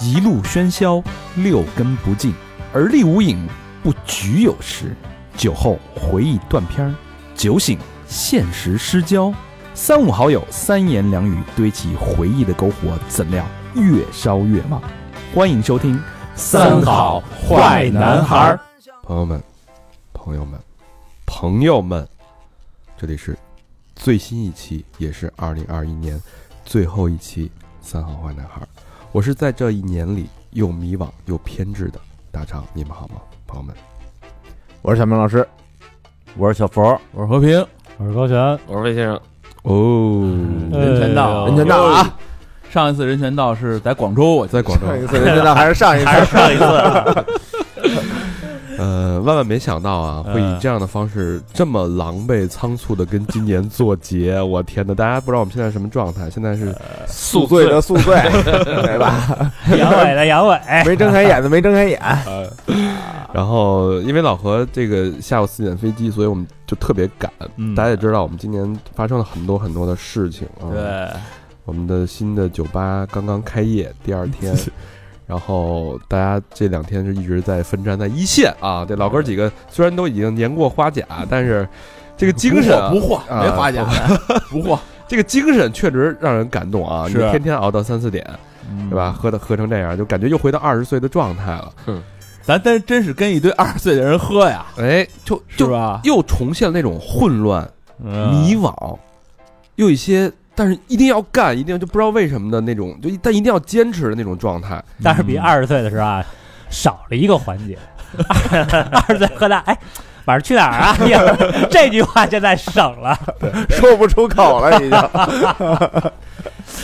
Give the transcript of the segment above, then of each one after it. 一路喧嚣，六根不净，而立无影，不局有时。酒后回忆断片儿，酒醒现实失焦。三五好友，三言两语堆起回忆的篝火，怎料越烧越旺。欢迎收听《儿》。朋友们，朋友们，朋友们，这里是最新一期，也是二零二一年最后一期《三好坏男孩》。我是在这一年里又迷惘又偏执的大长，你们好吗，朋友们？我是小明老师，我是小佛，我是和平，我是高璇，我说魏先生，嗯哦，人权道人权大啊！上一次人权道是在广州，我记在广州上，一次人权大还是上一次，还是上一次，呃，万万没想到啊，嗯会以这样的方式这么狼狈仓促的跟今年做结。我天哪，大家不知道我们现在是什么状态，现在是 宿醉的宿醉，对吧？阳痿的阳痿， 没睁开眼的没睁开眼，然后因为老何这个下午四点飞机，所以我们就特别赶。嗯大家也知道，我们今年发生了很多很多的事情啊。对，，我们的新的酒吧刚刚开业，第二 天，然后大家这两天是一直在奋战在一线啊。这老哥几个虽然都已经年过花甲，但是这个精神啊嗯不惑，啊别花甲，不惑，这个精神确实让人感动啊！你是嗯天天熬到三四点，对对吧？？喝的喝成这样，就感觉又回到二十岁的状态了。咱真真是跟一堆二十岁的人喝呀，哎，就是就吧？又重现了那种混乱、迷迷惘，又有一些，但是一定要干，一定就不知道为什么的那种，就但一定要坚持的那种状态。但是比嗯二十岁的时候啊，少了一个环节。 二十岁喝大，哎，晚上去哪儿啊？ 一会儿这句话现在省了。说不出口了，已经。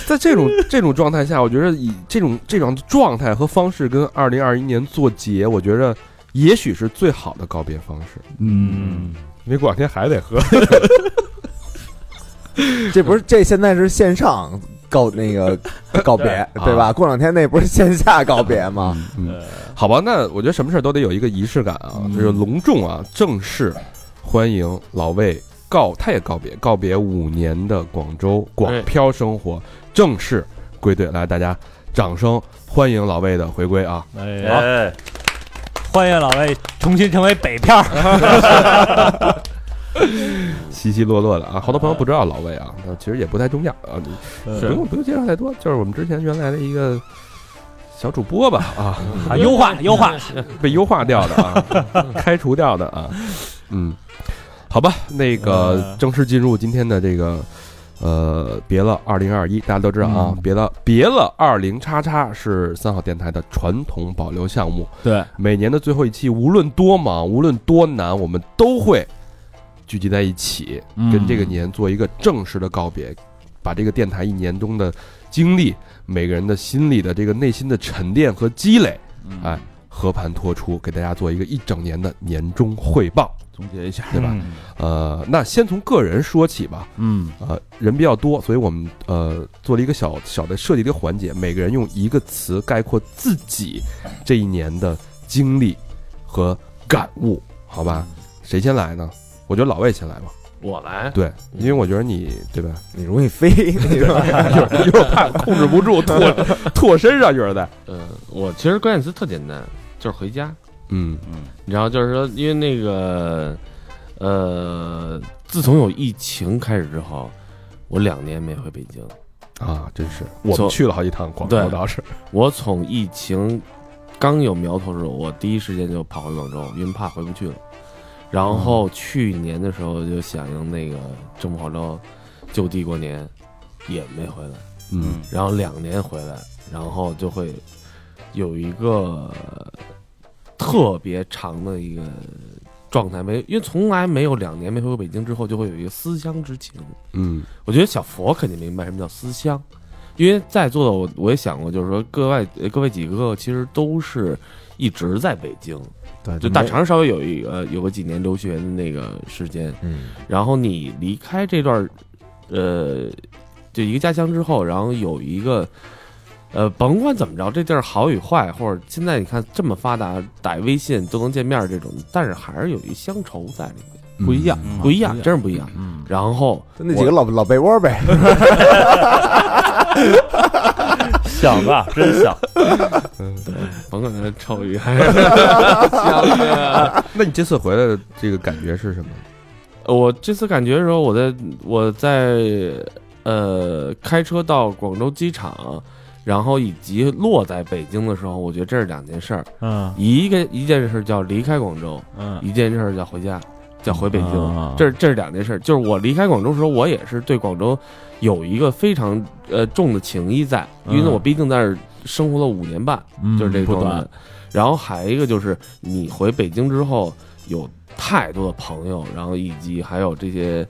在这 种这种状态下，我觉得以这种这种状态和方式跟二零二一年做结，我觉得也许是最好的告别方式。嗯，因为过两天还得喝，这不是这现在是线上告那 个告别，对对啊吧？过两天那不是线下告别啊吗？嗯，好吧，那我觉得什么事儿都得有一个仪式感啊，嗯就是隆重啊，正式欢迎老魏告，他也告别，告别五年的广州广漂生活，正式归队。来，大家掌声欢迎老魏的回归啊！哎，哎，欢迎老魏重新成为北漂。稀稀落落的啊，好多朋友不知道老魏啊，那其实也不太重要啊，你不用不用介绍太多，就是我们之前原来的一个小主播吧啊， 啊，优化优化，被优化掉的啊，开除掉的啊，嗯，好吧，那个嗯正式进入今天的这个。呃，别了二零二一，大家都知道啊，别了别了二零叉叉是三好电台的传统保留项目，对，每年的最后一期，无论多忙，无论多难，我们都会聚集在一起，嗯跟这个年做一个正式的告别，把这个电台一年中的经历、每个人的心里的这个内心的沉淀和积累，哎，和盘托出，给大家做一个一整年的年终汇报，总结一下，对吧？呃，那先从个人说起吧。嗯，呃，人比较多，所以我们呃做了一个小小的设计的一个环节，每个人用一个词概括自己这一年的经历和感悟，好吧？谁先来呢？我觉得老魏先来吧。我来，对，因为我觉得你对吧，嗯你容易飞，你说 一会儿怕控制不 住吐吐身上，一会儿再。嗯、我其实关键词特简单，就是回家。嗯然后就是说，因为那个，呃，自从有疫情开始之后，我两年没回北京。啊，真是我们走去了好几趟广州，对倒是我从疫情刚有苗头的时候，我第一时间就跑回广州，因为怕回不去了。然后去年的时候就响应那个政府号召，就地过年，也没回来。嗯然后两年回来，然后就会有一个特别长的一个状态，没因为从来没有两年没回过北京之后，就会有一个思乡之情。嗯我觉得小佛肯定明白什么叫思乡，因为在座的我我也想过，就是说各位呃各位几个其实都是一直在北京，对就大，肠稍微有一个有个几年留学的那个时间，嗯，然后你离开这段儿，呃，就一个家乡之后，然后有一个，呃，甭管怎么着，这地儿好与坏，或者现在你看这么发达，打微信都能见面儿这种，但是还是有一乡愁在里面，嗯不一样，不一样，真是不一样。嗯，然后就那几个老老被窝呗，想吧，真想。甭管他臭鱼 还是香的。那你这次回来的这个感觉是什么？我这次感觉的时候，我在我在呃开车到广州机场，然后以及落在北京的时候，我觉得这是两件事儿。嗯一个一件事叫离开广州，嗯，一件事叫回家，叫回北京。嗯啊这这是两件事，就是我离开广州的时候，我也是对广州有一个非常呃重的情谊在，因为嗯我毕竟在这儿生活了五年半，嗯就是这不种短的。然后还有一个就是你回北京之后有太多的朋友，然后以及还有这些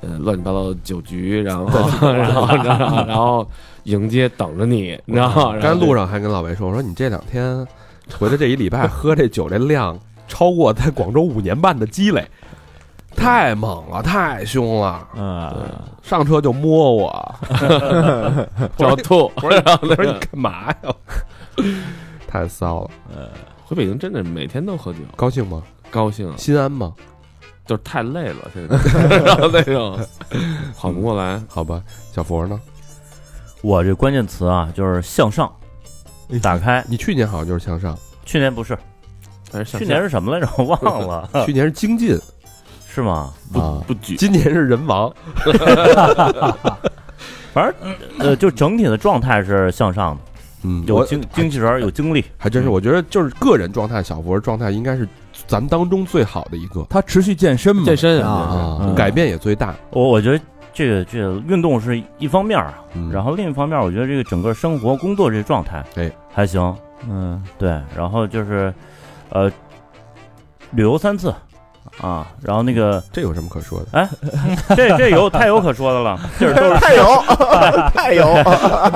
呃乱七八糟的酒局，然后 然后然后然后 迎接等着你，你知道吗？呃刚才然后路上还跟老白说，我说你这两天回来这一礼拜喝这酒这量，超过在广州五年半的积累，太猛了，太凶了，嗯，上车就摸我， 找吐，我说我啊说你干嘛呀？ 太骚了，回北京真的每天都喝酒，高兴吗？高兴啊心安吗？就是太累了，现在 然后 那种缓不过来。好吧，小佛呢？我这关键词啊，就是向上，哎打开。你去年好像就是向上，去年不是，还是向去年是什么来着？我 忘了，啊去年是精进是吗？啊，不举，今年是人王，呃，就整体的状态是向上的，嗯，有嗯我精精气神儿，有精力。还真是，我觉得就是个人状态，小佛状态应该是咱们当中最好的一个他持续健身嘛，健身啊啊嗯，改变也最大。我我觉得这个这个运动是一方面儿啊，嗯然后另一方面，我觉得这个整个生活工作这状态，哎，还行。嗯对，然后就是，呃，旅游三次啊，然后 那个这有什么可说的？这这有太有可说的了， 就是都是太 有，太有，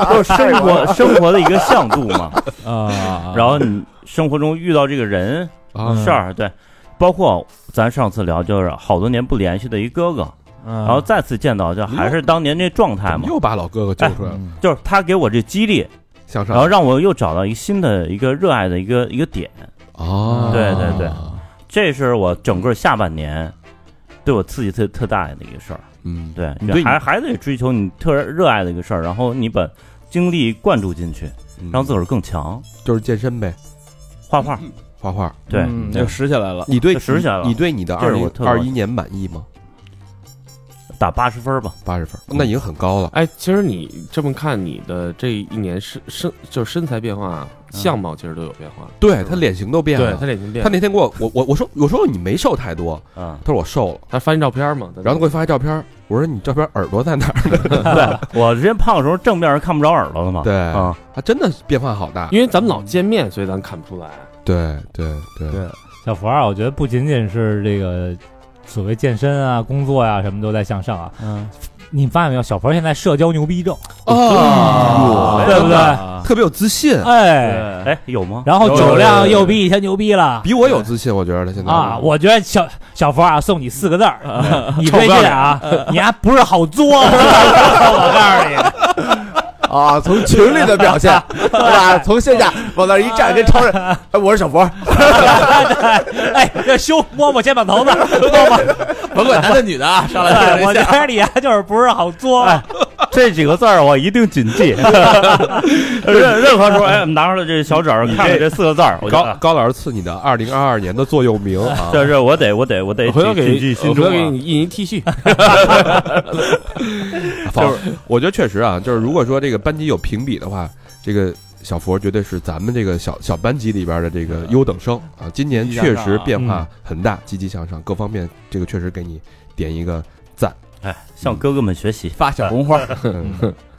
都是生活生活的一个向度 嘛。啊，然后你生活中遇到这个人啊嗯事儿，对，包括咱上次聊就是好多年不联系的一哥哥，然嗯嗯然后再次见到就还是当年那状态嘛，又把老哥哥揪出来嗯了，就是他给我这激励，向上嗯然后让我又找到一个新的一个热爱的一个一个点，啊，对对对，这是我整个下半年对我刺激特特大的一个事儿。嗯，对，你对你还还得追求你特热爱的一个事儿，然后你把精力灌注进去，嗯让自个儿更强。就是健身呗，画画，画画。对，嗯又拾起来了，你对哦就实现了你对你的这二是零我特高二兴一年满意吗？打八十分吧。八十分，嗯那已经很高了。哎，其实你这么看，你的这一年身身就是身材变化、相貌其实都有变化。对是吧他脸型都变对了，他脸型变他了，那天给我，我我我说我说你没瘦太多，嗯，他说我瘦了，他翻照片嘛，然后他给我发一照片，我说你照片耳朵在哪儿？对我之前胖的时候正面是看不着耳朵的嘛。对啊，他真的变化好大，因为咱们老见面，所以咱看不出来。对对对，小福啊，我觉得不仅仅是这个所谓健身啊、工作呀、什么都在向上啊。嗯，你发现没有，小福现在社交牛逼症，啊哦，对不对？特别有自信，哎，哎，有吗？然后 有酒量有有又比以前牛逼了比我有自信，我觉得他现在啊！我觉得小小福啊，送你四个字儿，你别这样啊，你还不是好作，我啊，从群里的表 现，对吧？从线下往那儿一站，跟超市，哎，我是小佛，告诉你，哎，要修摸摸肩膀头子，摸摸，甭管男的女的啊，上来哎就我是这觉下得你还就是不是好作，哎这几个字儿我一定谨记。任任何时候，哎，拿出来这小纸儿，看看这四个字儿，我就高啊高老师赐你的二零二二年的座右铭 啊，这是我得我得我得回头谨给谨记我心回中头给啊。你印一 T 恤， 就是我觉得确实啊，就是如果说这个班级有评比的话，这个小佛绝对是咱们这个小小班级里边的这个优等生啊。今年确实变化很嗯大，积极向上，各方面这个确实给你点一 个赞。哎，向哥哥们学习。发小红花，对，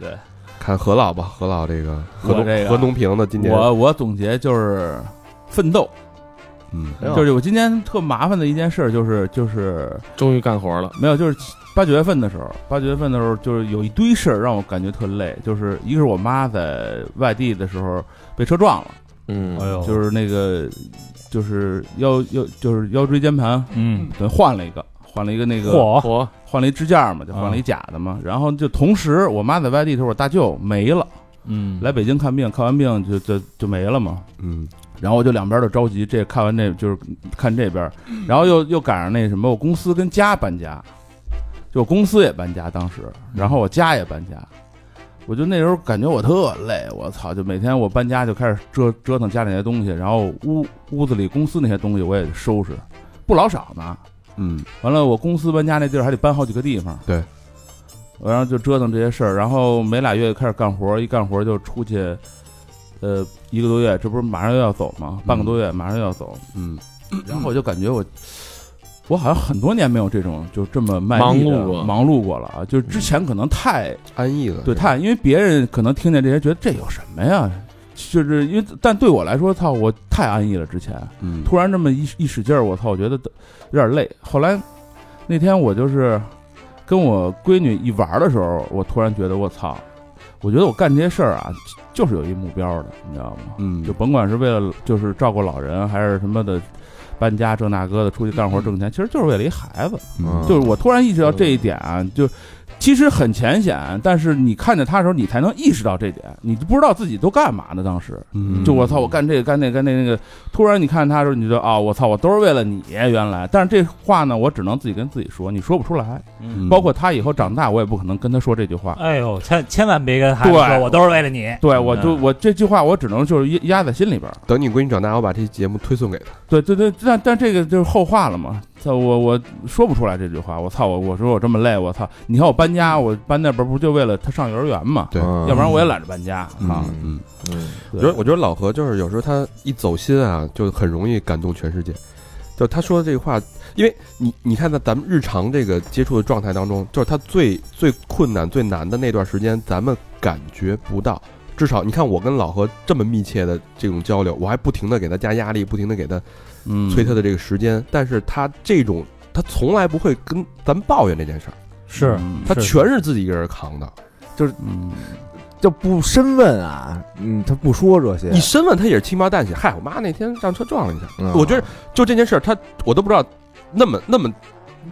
嗯看何老吧，何老这个何我这东个何东平的今年，我我总结就是奋斗，嗯，就是我今天特麻烦的一件事就是就是终于干活了。没有，就是八九月份的时候，八九月份的时候，就是有一堆事儿让我感觉特累，就是一个是我妈在外地的时候被车撞了，嗯，哎呦就是那个就是腰腰就是腰椎间盘，嗯，等于换了一个，换了一个那个嚯，活换了一支架嘛，就换了一假的嘛，然后就同时我妈在外地的时候，我大舅没了，嗯来北京看病，看完病就就就没了嘛，嗯，然后我就两边儿都着急，这看完这就是看这边儿，然后又又赶上那什么，我公司跟家搬家，就我公司也搬家当时，然后我家也搬家，我就那时候感觉我特累，我操！就每天我搬家就开始折折腾家里那些东西，然后屋屋子里公司那些东西我也收拾，不老少呢。嗯，完了，我公司搬家那地儿还得搬好几个地方。对，然后就折腾这些事儿，然后没俩月就开始干活，一干活就出去，呃，一个多月，这不是马上又要走吗？半个多月马上又要走，嗯，然后我就感觉我，我好像很多年没有这种就这么卖力的忙碌过忙碌过了啊，就是之前可能太安逸了。对太，因为别人可能听见这些觉得这有什么呀，就是因为但对我来说，操，我太安逸了之前。嗯，突然这么一一使劲儿，我操，我觉得有点累。后来那天我就是跟我闺女一玩儿的时候，我突然觉得我操，我觉得我干这些事儿啊，就就是有一目标的，你知道吗？嗯，就甭管是为了就是照顾老人，还是什么的，搬家这那个的，出去干活挣钱，其实就是为了一孩子。嗯就是我突然意识到这一点啊，就其实很浅显，但是你看着他的时候，你才能意识到这点，你不知道自己都干嘛呢。当时嗯就我操，我干这个干那个干那那个，突然你看他的时候，你就啊、我操，我都是为了你原来。但是这话呢，我只能自己跟自己说，你说不出来。嗯包括他以后长大，我也不可能跟他说这句话。哎呦，千千万别跟孩子说，对我都是为了你。对，我就嗯我这句话，我只能就是压压在心里边儿。等你闺女长大，我把这节目推送给她。对对对，但但这个就是后话了嘛。操我我说不出来这句话，我操我我说我这么累，我操！你看我搬家，我搬那边不就为了他上幼儿园嘛？对嗯要不然我也懒得搬家啊。嗯，嗯，我觉得我觉得老何就是有时候他一走心啊，就很容易感动全世界。就他说的这话，因为你你看在咱们日常这个接触的状态当中，就是他最最困难、最难的那段时间，咱们感觉不到。至少你看我跟老何这么密切的这种交流，我还不停的给他加压力，不停的给他嗯，催他的这个时间，但是他这种他从来不会跟咱们抱怨这件事儿，是嗯他全是自己一个人扛的。嗯就不深问啊，嗯，他不说这些，你深问他也是轻描淡写，嗨，我妈那天让车撞了一下，嗯我觉得就这件事儿，他我都不知道那么那么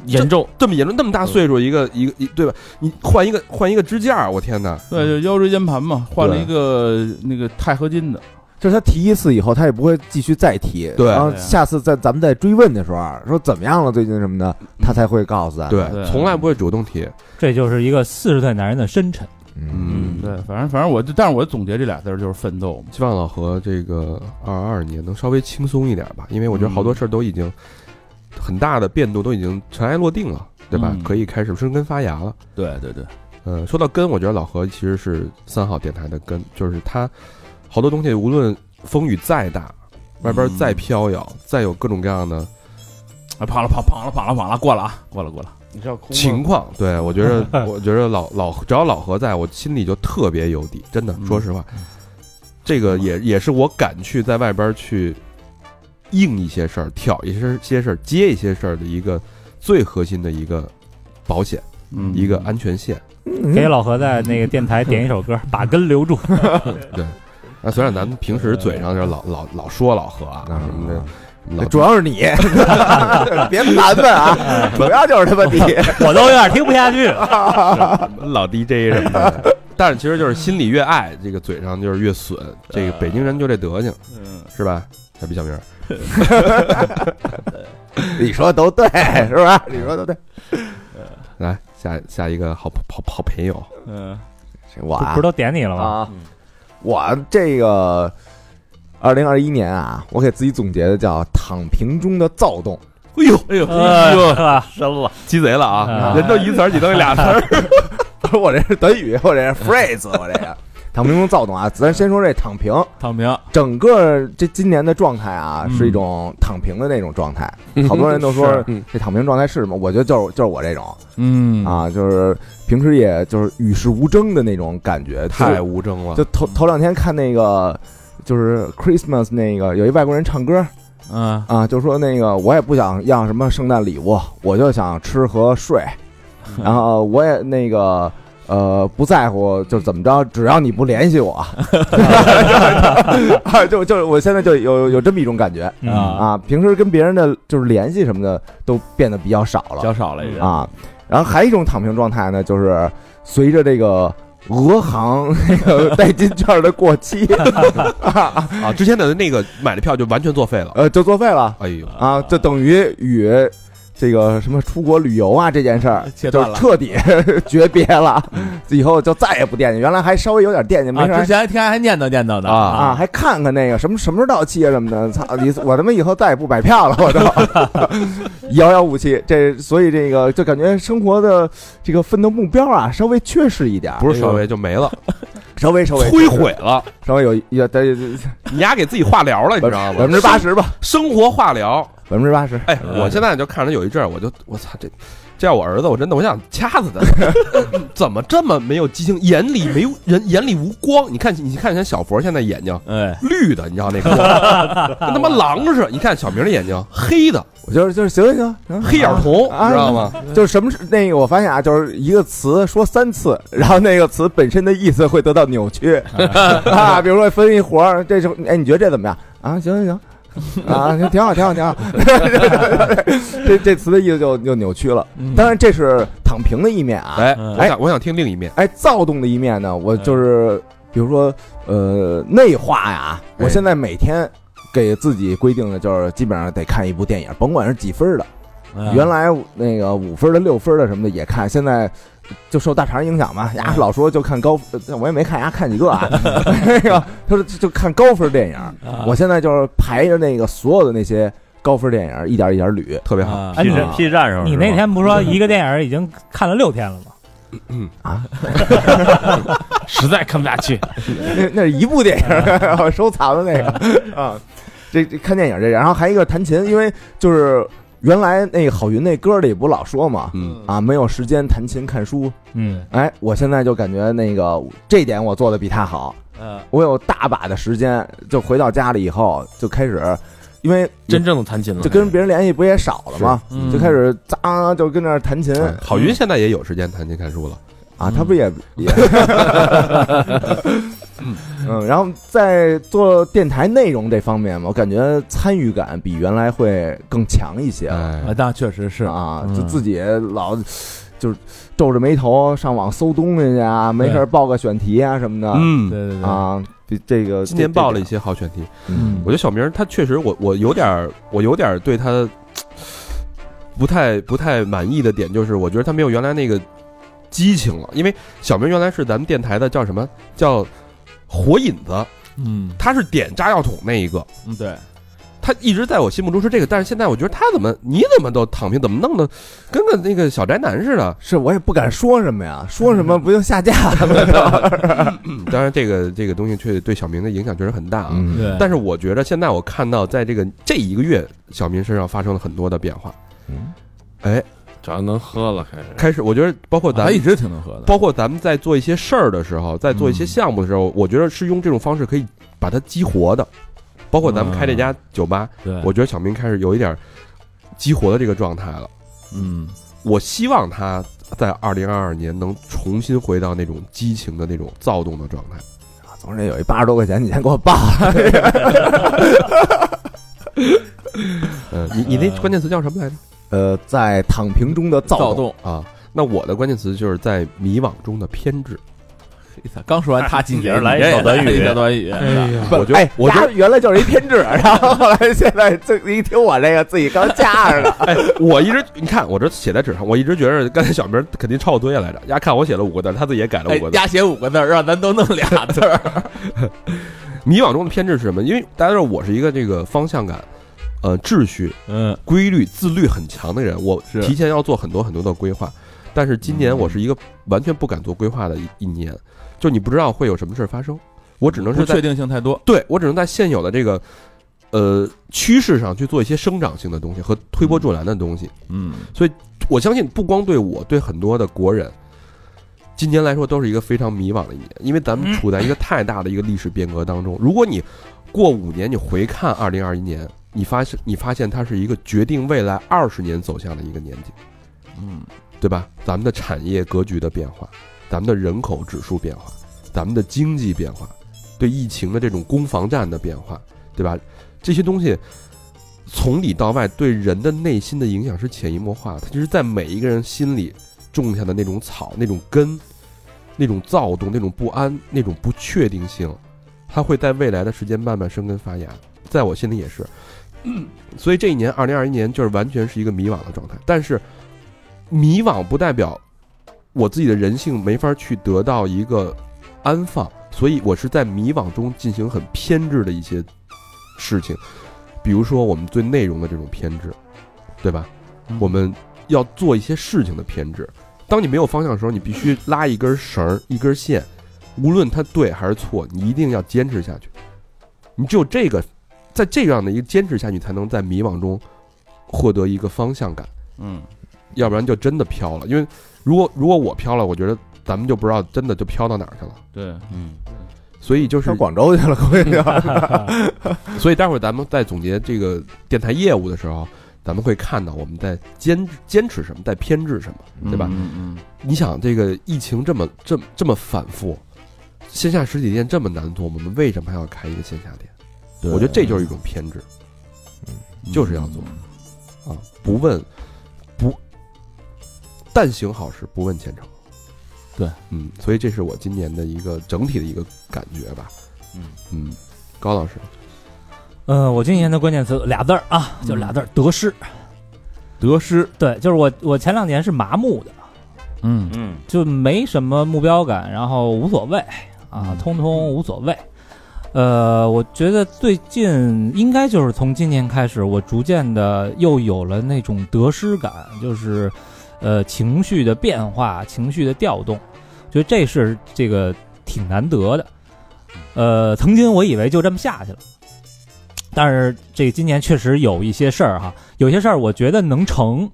严重，这么严重，那么大岁数一个一个一对吧？你换一个换一个支架儿，我天哪！对，就腰椎间盘嘛，换了一个那个钛合金的。就是他提一次以后，他也不会继续再提，对然后下次在咱们再追问的时候，啊说怎么样了最近什么的，他才会告诉咱，，对对从来不会主动提，这就是一个四十岁男人的深沉。嗯，对，反正反正我就，但是我总结这俩字儿就是奋斗嘛。希望老何这个二二年能稍微轻松一点吧，因为我觉得好嗯多事儿都已经很大的变动都已经尘埃落定了，对吧？嗯可以开始生根发芽了。对对对，呃，说到根，我觉得老何其实是三好电台的根，就是他好多东西，无论风雨再大，外嗯边再飘摇，再有各种各样的啊，跑了跑跑了跑了跑了，过了啊，过了过了。你知道哭 情况，对我觉得，我觉得老老只要老何在我心里就特别有底，真的，嗯说实话，这个也也是我敢去在外边去应一些事儿，挑一些些事儿，接一些事儿的一个最核心的一个保险，嗯，一个安全线。给老何在那个电台点一首歌，把根留住。那啊虽然咱们平时嘴上就老老老说老何啊什么的，老主要是你， 别盘问 啊，主要就是他妈你，我都有点听不下去了。老 DJ 什么 的，但是其实就是心里越爱，这个嘴上就是越损。这个北京人就这德行，嗯，是吧？小毕小明儿， 你说的都对，是吧？你说的都对，来下下一个好好好朋友，嗯我不啊不是都点你了吗？啊，我这个二零二一年啊，我给自己总结的叫“躺平中的躁动 哎呦，哎呦哎呦，是吧深了，鸡贼了啊！啊人都一词儿，你都俩词儿，”，我这是短语，我这是 phrase，我这个“躺平中躁动”啊，咱先说这躺平，躺平。整个这今年的状态啊，嗯是一种躺平的那种状态。好多人都说嗯这躺平状态是什么？我觉得就是就是我这种嗯，啊，就是平时也就是与世无争的那种感觉。太就无争了。就头头两天看那个就是 Christmas 那个有一外国人唱歌嗯，啊，就说那个我也不想要什么圣诞礼物，我就想吃和睡，然后我也那个。呃，不在乎就是怎么着，只要你不联系我，啊就就是我现在就有有这么一种感觉，嗯啊，平时跟别人的就是联系什么的都变得比较少了较少了一人。啊。然后还有一种躺平状态呢，就是随着这个俄航那个代金券的过期，啊，之前的那个买的票就完全作废了。呃，就作废了哎呦，啊，就等于与这个什么出国旅游啊这件事儿， 切就断了彻底 诀别了，以后就再也不惦记。原来还稍微有点惦记，没啊，事儿之前天还念叨念叨啊呢嗯啊，还看看那个什么什么时候到期啊什么的，操！你我他妈以后再也不买票了，我都 遥遥无期。这所以这个就感觉生活的这个奋斗目标啊，稍微缺失一点儿，不是稍微就没 了，稍微稍微摧毁了，稍微有有得你丫给自己化疗了，你知道百吗？分之八十吧，生生活化疗，百分之八十。哎，我现在就看着有一阵儿，我就我操这。这要我儿子，我真的我想掐死他！ 怎么这么没有激情？眼里没有人，眼里无光。你看，你看，像小佛现在眼睛哎，绿的，你知道那个， 跟他妈狼似的。你看小明的眼睛黑的，我就是就是行行行，黑眼瞳，啊知道吗？就是什么是那个，我发现啊，就是一个词说三次，然后那个词本身的意思会得到扭 曲啊。比如说分一活儿，这时候哎，你觉得这怎么样啊？行行行。啊，行挺好，挺好，挺好。 这这词的意思就就扭曲了。嗯当然，这是躺平的一面啊。嗯哎，我想我想听另一面，哎，躁动的一面呢，我就是比如说呃内化呀，哎我现在每天给自己规定的就是基本上得看一部电影，甭管是几分儿的。嗯原来那个五分儿的、六分儿的什么的也看，现在就受大肠影响嘛，呀老说就看高，呃我也没看呀看几个啊，那个他说就看高分儿电影儿，我现在就是排着那个所有的那些高分儿电影儿一点儿一点儿捋特别好。啊 P 你站 P 站上，你那天不说一个电影已经看了六天了吗？实在看不下去。 那那是一部电影儿，我 收藏的那个啊。这这看电影儿这，然后还有一个弹琴，因为就是原来那个郝云那歌里不老说嘛，嗯，啊没有时间弹琴看书，嗯，哎，我现在就感觉那个这点我做的比他好，嗯我有大把的时间，就回到家里以后就开始，因为真正的弹琴了，就跟别人联系不也少了吗？嗯就开始啊，就跟那儿弹琴哎郝云现在也有时间弹琴看书了，啊，他不也 也，嗯，然后在做电台内容这方面嘛，我感觉参与感比原来会更强一些了。嗯啊，哎，那确实是是，啊，嗯就自己老就是皱着眉头上网搜东西去啊，没事儿报个选题啊什么的。对嗯，对对，啊，比这个今年报了一些好选题。嗯我觉得小明儿他确实我，我有点儿我有点儿对他不太不太满意的点，就是我觉得他没有原来那个激情了。因为小明原来是咱们电台的叫什么叫火引子，嗯他是点炸药桶那一个，嗯对，他一直在我心目中是这个，但是现在我觉得他怎么你怎么都躺平，怎么弄的跟个那个小宅男似的。是我也不敢说什么呀，说什么不就下架 了？嗯当然，这个这个东西确对小明的影响确实很大啊。嗯对，但是我觉得现在我看到，在这个这一个月，小明身上发生了很多的变化。嗯哎，主要能喝了，开始开始我觉得包括咱他哎们一直挺能喝的，包括咱们在做一些事儿的时候，在做一些项目的时候，我觉得是用这种方式可以把它激活的。包括咱们开这家酒吧，对，我觉得小明开始有一点激活的这个状态了。嗯我希望他在二零二二年能重新回到那种激情的那种躁动的状态。总之有一八十多块钱，你先给我报了。嗯，你你那关键词叫什么来着？呃，在躺平中的躁躁动，动，啊，那我的关键词就是在迷惘中的偏执。刚说完他进去，也是来一你这小短语一小短语，不我觉得哎我觉得丫原来就是一偏执，然后后来现在这一听我这个自己刚加上的，我一直你看，我这写在纸上，我一直觉得刚才小明肯定抄我作业来着。丫看我写了五个字，他自己也改了哎五个，字。压写五个字儿，让咱都弄俩字儿， 迷惘中的偏执是什么？因为大家知道我是一个这个方向感、呃秩序、嗯规律、自律很强的人，我是嗯提前要做很多很多的规划。但是今年我是一个完全不敢做规划的一一年，就你不知道会有什么事儿发生，我只能不是确在定性太多，对我只能在现有的这个呃趋势上去做一些生长性的东西和推波助澜的东西。嗯我相信不光对我，对很多的国人，今年来说都是一个非常迷惘的一年，因为咱们处在一个太大的一个历史变革当中。如果你过五年，你回看二零二一年，你发现你发现它是一个决定未来二十年走向的一个年纪，嗯对吧？咱们的产业格局的变化，咱们的人口指数变化，咱们的经济变化，对疫情的这种攻防战的变化，对吧？这些东西从里到外对人的内心的影响是潜移默化的，它就是在每一个人心里种下的那种草、那种根、那种躁动、那种不安、那种不确定性，它会在未来的时间慢慢生根发芽。在我心里也是， 所以这一年，二零二一年就是完全是一个迷惘的状态。但是，迷惘不代表我自己的人性没法去得到一个安放，所以我是在迷惘中进行很偏执的一些事情，比如说我们对内容的这种偏执，对吧？我们要做一些事情的偏执。当你没有方向的时候，你必须拉一根绳儿、一根线，无论它对还是错，你一定要坚持下去。你只有这个，在这样的一个坚持下去，才能在迷惘中获得一个方向感，嗯，要不然就真的飘了。因为如果如果我飘了，我觉得咱们就不知道真的就飘到哪儿去了。对，嗯，所以就 是上广州去了，估计嗯 就所以待会儿咱们在总结这个电台业务的时候，咱们会看到我们在坚坚持什么，在偏执什么，对吧？嗯嗯，你想这个疫情这么这么这么反复，线下实体店这么难做，我们为什么还要开一个线下店？对嗯我觉得这就是一种偏执，就是要做啊，不问不，但行好事，不问前程。对，嗯，所以这是我今年的一个整体的一个感觉吧。嗯嗯，高老师，嗯，我今年的关键词俩字儿啊，嗯就俩字儿得失。得失，对，就是我我前两年是麻木的，嗯嗯就没什么目标感，然后无所谓啊，通通无所谓。呃，我觉得最近应该就是从今年开始，我逐渐的又有了那种得失感，就是呃情绪的变化、情绪的调动，觉得这是这个挺难得的。呃，曾经我以为就这么下去了，但是这个今年确实有一些事儿哈，有些事儿我觉得能成，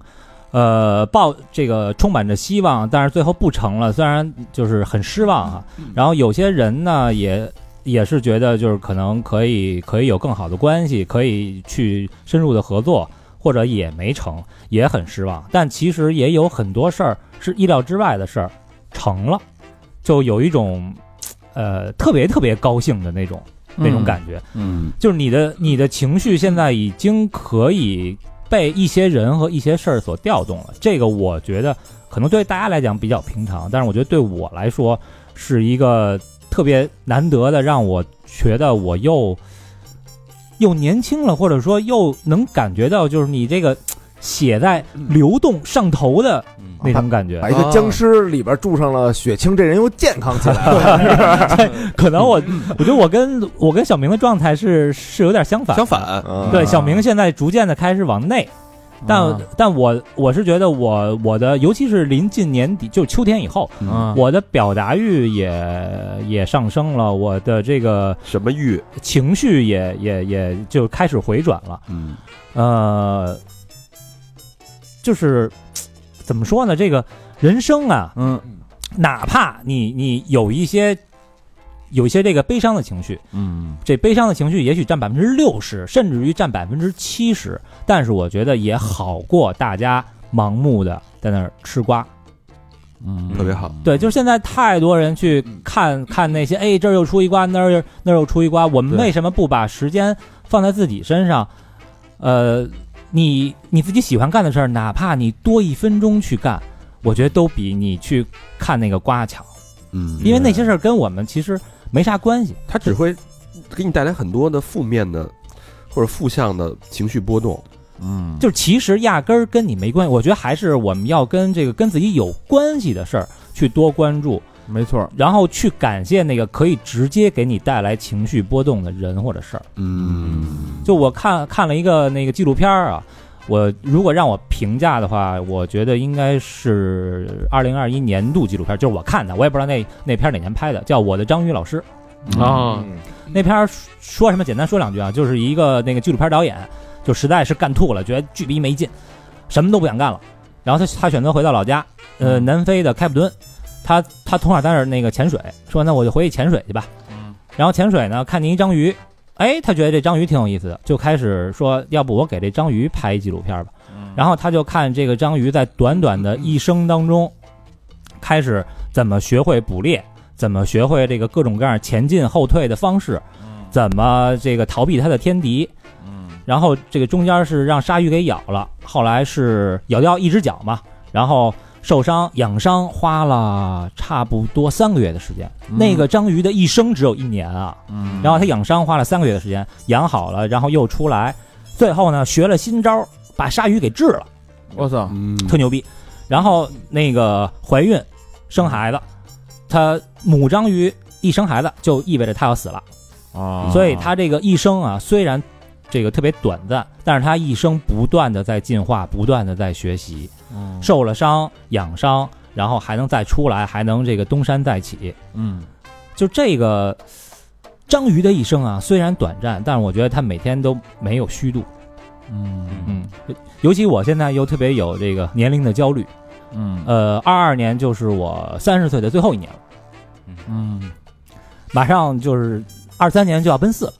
呃，抱这个充满着希望，但是最后不成了，虽然就是很失望啊。然后有些人呢，也也是觉得就是可能可以可以有更好的关系，可以去深入的合作，或者也没成，也很失望。但其实也有很多事儿是意料之外的事儿，成了，就有一种呃特别特别高兴的那种那种感觉。嗯就是你的你的情绪现在已经可以被一些人和一些事儿所调动了。这个我觉得可能对大家来讲比较平常，但是我觉得对我来说是一个特别难得的，让我觉得我又又年轻了，或者说又能感觉到就是你这个血在流动上头的嗯那嗯种感觉把。一个僵尸里边住上了血清，这人又健康起来了。可能我我觉得我跟我跟小明的状态是是有点相反的，反嗯对，小明现在逐渐的开始往内，但、啊但我我是觉得我我的，尤其是临近年底，就秋天以后，嗯啊，我的表达欲也也上升了，我的这个什么欲？情绪也也也就开始回转了，嗯呃，就是怎么说呢，这个人生啊，嗯哪怕你你有一些有一些这个悲伤的情绪，嗯这悲伤的情绪也许占百分之六十，甚至于占百分之七十，但是我觉得也好过大家盲目的在那儿吃瓜。嗯，特别好，对，就是现在太多人去看看那些，哎，这儿又出一瓜，那儿又那儿又出一瓜，我们对为什么不把时间放在自己身上？呃，你你自己喜欢干的事儿，哪怕你多一分钟去干，我觉得都比你去看那个瓜强，嗯因为那些事儿跟我们其实没啥关系。它只会给你带来很多的负面的或者负向的情绪波动。嗯，就是其实压根儿跟你没关系。我觉得还是我们要跟这个跟自己有关系的事儿去多关注，没错嗯儿，然后去感谢那个可以直接给你带来情绪波动的人或者事儿。嗯，就我看看了一个那个纪录片儿啊，我如果让我评价的话，我觉得应该是二零二一年度纪录片儿，就是我看的，我也不知道那那片儿哪年拍的，叫《我的章鱼老师》。哦啊，嗯那片儿说什么？简单说两句啊，就是一个那个纪录片导演，就实在是干吐了，觉得巨逼没劲，什么都不想干了。然后他他选择回到老家，呃，南非的开普敦，他他从小在那儿那个潜水，说那我就回去潜水去吧。然后潜水呢，看见一章鱼，哎，他觉得这章鱼挺有意思的，就开始说，要不我给这章鱼拍一纪录片吧。然后他就看这个章鱼在短短的一生当中，开始怎么学会捕猎，怎么学会这个各种各样前进后退的方式，怎么这个逃避它的天敌。然后这个中间是让鲨鱼给咬了，后来是咬掉一只脚嘛，然后受伤养伤花了差不多三个月的时间。嗯那个章鱼的一生只有一年啊，然后它养伤花了三个月的时间，养好了，然后又出来，最后呢，学了新招儿，把鲨鱼给治了，我操，嗯，特牛逼。然后那个怀孕生孩子，她母章鱼一生孩子就意味着她要死了，哦啊！所以她这个一生啊，虽然这个特别短暂，但是她一生不断的在进化，不断的在学习，嗯受了伤养伤，然后还能再出来，还能这个东山再起。嗯就这个章鱼的一生啊，虽然短暂，但是我觉得它每天都没有虚度。嗯嗯，尤其我现在又特别有这个年龄的焦虑。嗯呃，二二年就是我三十岁的最后一年了，嗯马上就是二三年就要奔四了，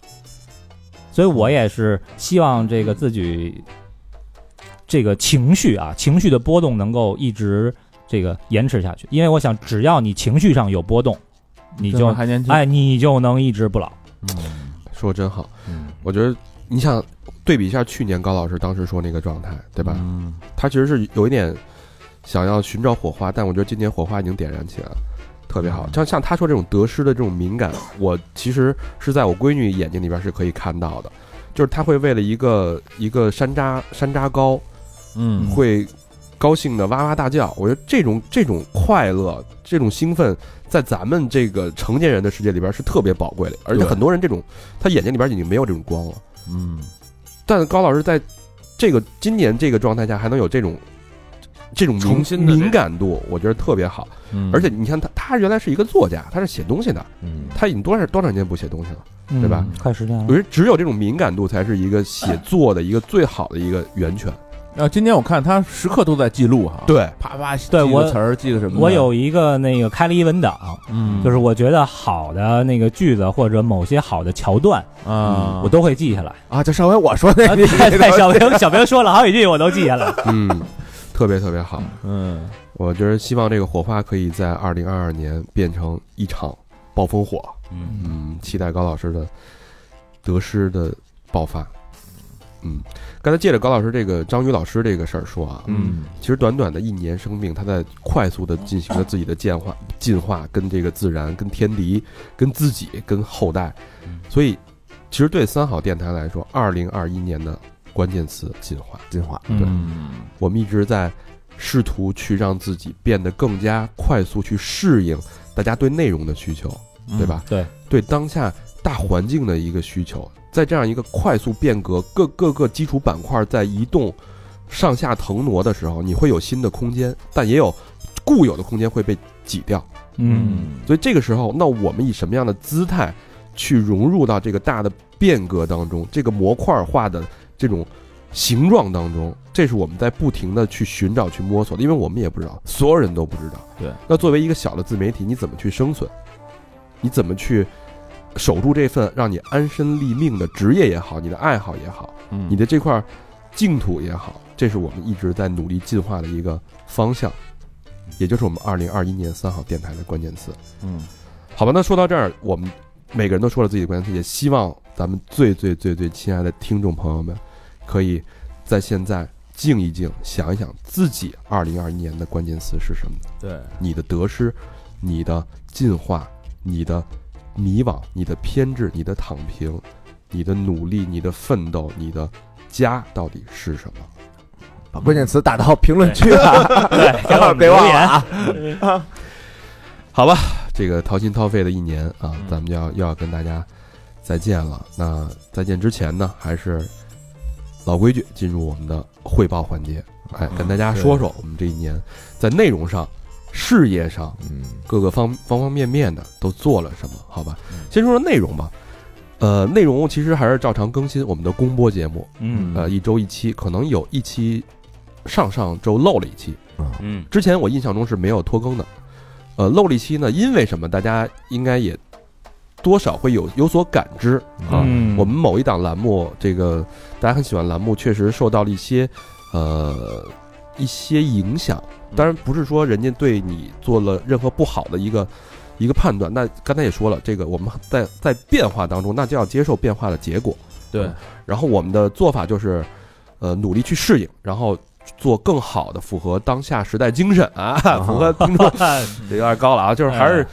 所以我也是希望这个自己这个情绪啊，情绪的波动能够一直这个延迟下去，因为我想，只要你情绪上有波动，你这会儿就还年轻，哎，你就能一直不老。说得真好。嗯我觉得你想对比一下去年高老师当时说那个状态，对吧？嗯他其实是有一点想要寻找火花，但我觉得今年火花已经点燃起来了，特别好。像像他说这种得失的这种敏感，我其实是在我闺女眼睛里边是可以看到的，就是她会为了一个一个山楂山楂糕嗯会高兴的哇哇大叫。我觉得这种这种快乐，这种兴奋，在咱们这个成年人的世界里边是特别宝贵的，而且对很多人这种他眼睛里边已经没有这种光了。嗯但高老师在这个今年这个状态下还能有这种这种重敏新的这敏感度，我觉得特别好。嗯，而且你看他，他原来是一个作家，他是写东西的，嗯，他已经多少多长时间不写东西了？对吧快十年我觉得只有这种敏感度才是一个写作的一个最好的一个源泉。啊然后今年我看他时刻都在记录哈，，对，啪啪记对我个词儿，记个什么的，我有一个那个开了一文档，嗯，就是我觉得好的那个句子或者某些好的桥段，啊，我都会记下来。啊，就上回我说那啊你对小明小明说了好几句，我都记下来。 嗯，特别特别好。嗯我觉得希望这个火花可以在二零二二年变成一场暴风火。嗯，嗯，期待高老师的得失的爆发。嗯，刚才借着高老师这个张宇老师这个事儿说啊，嗯其实短短的一年生命，他在快速的进行了自己的进化、进化，跟这个自然、跟天敌、跟自己、跟后代，嗯所以其实对三好电台来说，二零二一年的关键词进化。进化，嗯我们一直在试图去让自己变得更加快速去适应大家对内容的需求，嗯对吧？对，对当下大环境的一个需求，在这样一个快速变革、各各个基础板块在移动、上下腾挪的时候，你会有新的空间，但也有固有的空间会被挤掉。嗯所以这个时候，那我们以什么样的姿态去融入到这个大的变革当中，这个模块化的这种形状当中，这是我们在不停的去寻找、去摸索的，因为我们也不知道，所有人都不知道。对，那作为一个小的自媒体，你怎么去生存？你怎么去守住这份让你安身立命的职业也好，你的爱好也好，嗯你的这块净土也好，这是我们一直在努力进化的一个方向，也就是我们二零二一年三好电台的关键词。嗯好吧，那说到这儿，我们每个人都说了自己的关键词，也希望咱们最最最最亲爱的听众朋友们，可以在现在静一静，想一想自己二零二一年的关键词是什么，对，你的得失，你的进化，你的迷惘，你的偏执，你的躺平，你的努力，你的奋斗，你的家到底是什么？把关键词打到评论区啊，对，别忘了啊。好吧，这个掏心掏肺的一年啊，嗯咱们就要又要跟大家再见了。那再见之前呢，还是老规矩，进入我们的汇报环节，哎，跟大家说说我们这一年在内容上、事业上 嗯，各个方方方面面的都做了什么？好吧，先说说内容吧。呃，内容其实还是照常更新我们的公播节目，嗯呃，一周一期，可能有一期上上周漏了一期，嗯之前我印象中是没有拖更的。呃，漏了一期呢，因为什么？大家应该也多少会有有所感知啊。嗯我们某一档栏目，这个大家很喜欢栏目，确实受到了一些呃一些影响。当然不是说人家对你做了任何不好的一个一个判断。那刚才也说了，这个我们在在变化当中，那就要接受变化的结果。嗯对，然后我们的做法就是，呃，努力去适应，然后做更好的，符合当下时代精神啊，符合听众，这有点高了啊，就是还是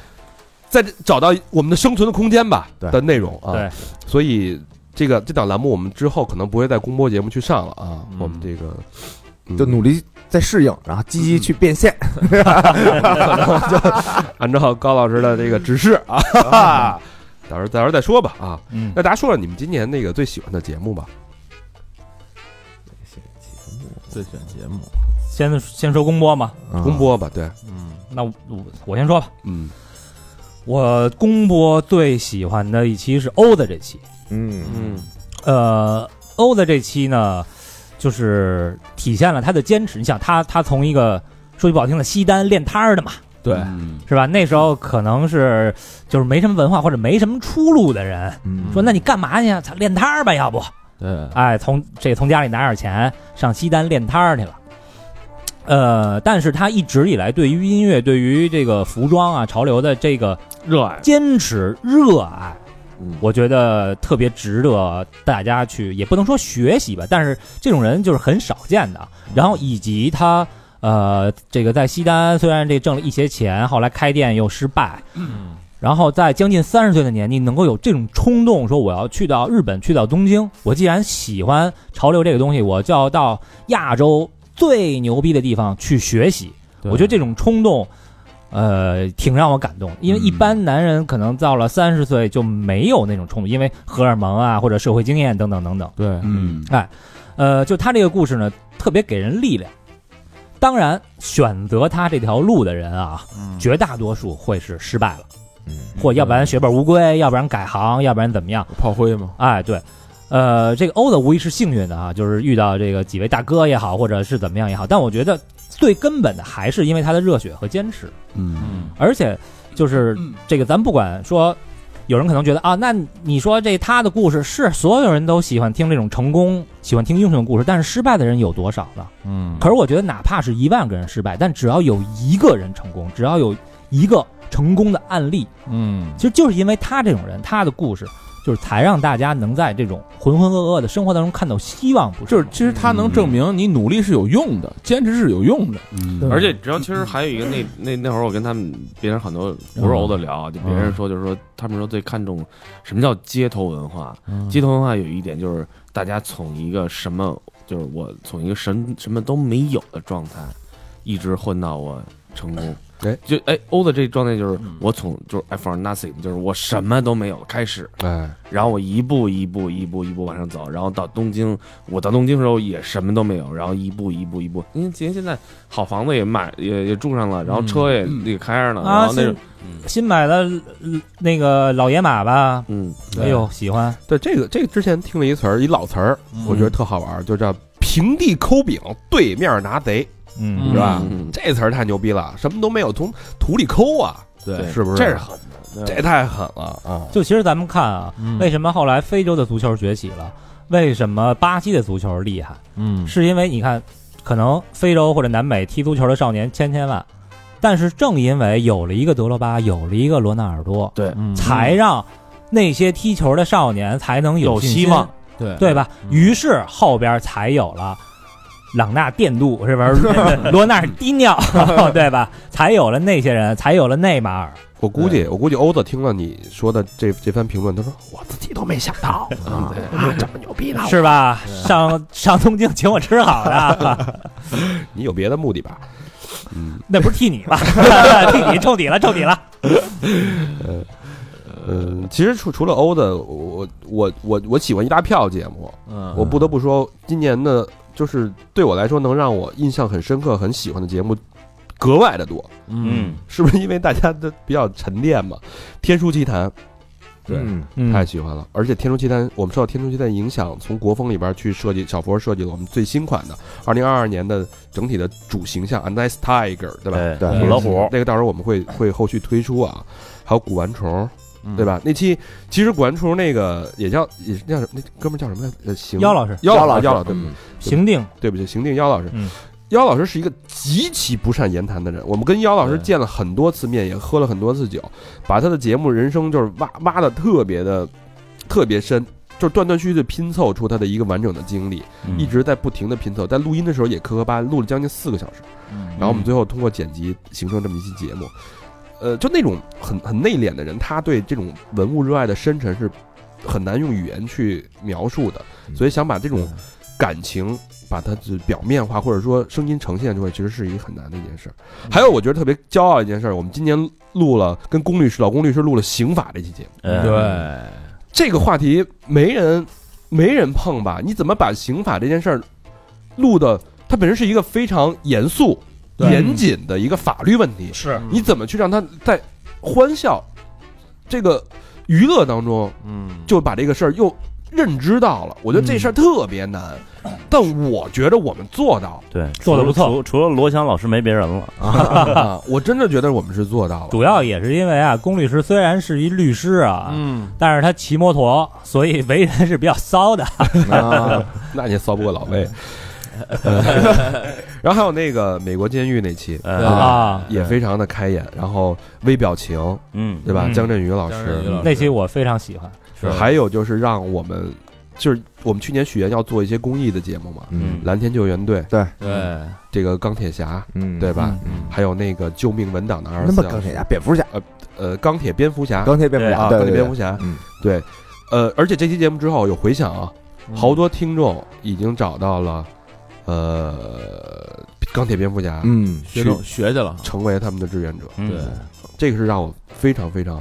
在这找到我们的生存的空间吧对的内容啊。对，所以这个这档栏目我们之后可能不会在公播节目去上了啊，嗯我们这个、嗯就努力在适应，然后积极去变现。 按照高老师的这个指示啊，哈哈 到时候到时候再说吧啊。嗯那大家说说你们今年那个最喜欢的节目吧。最选节目，先先说公播嘛，啊公播吧，对，嗯，那我我先说吧。嗯，我公播最喜欢的一期是欧的这期，嗯嗯呃，欧的这期呢，就是体现了他的坚持。你想他，他从一个说句不好听的西单练摊儿的嘛，对，是吧？那时候可能是就是没什么文化或者没什么出路的人，嗯说那你干嘛去啊？咱练摊儿吧，要不？对，哎，从这从家里拿点钱上西单练摊儿去了。呃，但是他一直以来对于音乐、对于这个服装啊、潮流的这个热爱，坚持、热爱，嗯我觉得特别值得大家去，也不能说学习吧，但是这种人就是很少见的。啊然后以及他呃，这个在西单虽然这挣了一些钱，后来开店又失败，嗯然后在将近三十岁的年纪，能够有这种冲动，说我要去到日本，去到东京。我既然喜欢潮流这个东西，我就要到亚洲最牛逼的地方去学习。对我觉得这种冲动，呃，挺让我感动的。因为一般男人可能到了三十岁就没有那种冲动，因为荷尔蒙啊，或者社会经验等等等等。对，嗯呃，就他这个故事呢，特别给人力量。当然，选择他这条路的人啊，嗯绝大多数会是失败了，或要不然血本无归，要不然改行，要不然怎么样？炮灰嘛，哎，对，呃，这个欧子无疑是幸运的啊，就是遇到这个几位大哥也好，或者是怎么样也好，但我觉得最根本的还是因为他的热血和坚持。嗯而且就是这个，咱不管说，有人可能觉得啊，那你说这他的故事是所有人都喜欢听这种成功，喜欢听英雄的故事，但是失败的人有多少呢？嗯可是我觉得，哪怕是一万个人失败，但只要有一个人成功，只要有一个成功的案例，嗯其实就是因为他这种人，他的故事。就是才让大家能在这种浑浑噩噩的生活当中看到希望，不是就吗？是其实它能证明你努力是有用的，坚持是有用的，嗯对而且你知道，其实还有一个那那那会儿，我跟他们别人很多不是欧的聊，就别人说就是说，他们说最看重什么叫街头文化。街头文化有一点就是大家从一个什么，就是我从一个什么什么都没有的状态，一直混到我成功。哎，就哎欧的这状态就是我从就是哎 I for nothing，就是我什么都没有开始，哎，然后我一步一步一步一步往上走，然后到东京，我到东京的时候也什么都没有，然后一步一步一步，因为今天现在好房子也买也也住上了，然后车也嗯也开上了，然啊，后那新种新买的呃那个老野马吧，嗯，哎呦，喜欢，对这个这个之前听了一词儿，一老词儿，嗯我觉得特好玩儿，就叫平地抠饼，对面拿贼，嗯是吧？嗯这词儿太牛逼了，什么都没有，从土里抠啊，对是不是？这是狠的，这太狠了啊！就其实咱们看啊，嗯为什么后来非洲的足球崛起了？为什么巴西的足球厉害？嗯是因为你看，可能非洲或者南美踢足球的少年千千万，但是正因为有了一个德罗巴，有了一个罗纳尔多，嗯才让那些踢球的少年才能有信希心望，对嗯对吧？于是后边才有了。朗纳电镀是不是？ 罗纳尔迪尼 奥对吧？才有了那些人，才有了内马尔。我估计我估计欧子听了你说的这这番评论，他说我自己都没想到嗯啊，这么牛逼呢？是吧？ 上上东京请我吃好 的，你有别的目的吧？嗯，那不是替 你吗？替你，冲你了，冲你了。嗯，其实除除了欧的，我我我我喜欢一大票节目，嗯我不得不说，今年的就是对我来说能让我印象很深刻、很喜欢的节目格外的多，嗯是不是因为大家都比较沉淀嘛？天书奇谭对，太喜欢了，而且天书奇谭，我们受到天书奇谭影响，从国风里边去设计，小佛设计了我们最新款的二零二二年的整体的主形象 A Nice Tiger，对吧？对母嗯老虎，嗯那个到时候我们会会后续推出啊，还有古玩虫，嗯对吧？那期其实古玩虫那个也叫也是叫什么？那哥们儿叫什么来着？呃，邢妖老师妖老师嗯妖老师，对不起行定，对不起，邢定妖老师嗯。妖老师是一个极其不善言谈的人，我们跟妖老师见了很多次面，也喝了很多次酒，把他的节目人生就是挖挖的特别的特别深，就是断断续续地拼凑出他的一个完整的经历，嗯嗯一直在不停的拼凑，在录音的时候也磕磕巴，录了将近四个小时。然后我嗯们最后通过剪辑形成这么一期节目。呃，就那种很很内敛的人，他对这种文物热爱的深沉是很难用语言去描述的，所以想把这种感情把它就表面化，或者说声音呈现出来，其实是一个很难的一件事儿。还有，我觉得特别骄傲一件事儿，我们今年录了跟龚律师、老龚律师录了刑法这期节目，嗯，对，这个话题没人没人碰吧？你怎么把刑法这件事儿录的？它本身是一个非常严肃、对严谨的一个法律问题，是你怎么去让它在欢笑这个娱乐当中嗯，就把这个事儿又认知到了？我觉得这事儿特别难，但我觉得我们做到 对，做得不错除除了罗翔老师没别人了，了啊！我真的觉得我们是做到了。主要也是因为啊，龚律师虽然是一律师啊，嗯，但是他骑摩托，所以为人是比较骚的。啊，那你也骚不过老魏。呃 然后还有那个美国监狱那期嗯 啊也非常的开眼，然后微表情，嗯，对吧？嗯江振宇老江振宇师老，那期我非常喜欢，还有就是让我们，就是我们去年许愿要做一些公益的节目嘛，嗯蓝天救援队，对，嗯这个钢铁侠，嗯，对吧？嗯？还有那个救命文档的二那十四么小钢时铁侠、蝙蝠侠、呃，钢铁蝙蝠侠钢铁蝙蝠侠，啊，对对钢铁对蝙蝠侠，嗯对，呃，而且这期节目之后有回响啊，好多听众已经找到了，呃，钢铁蝙蝠侠，嗯，学去着学去了，成为他们的志愿者，嗯对，这个是让我非常非常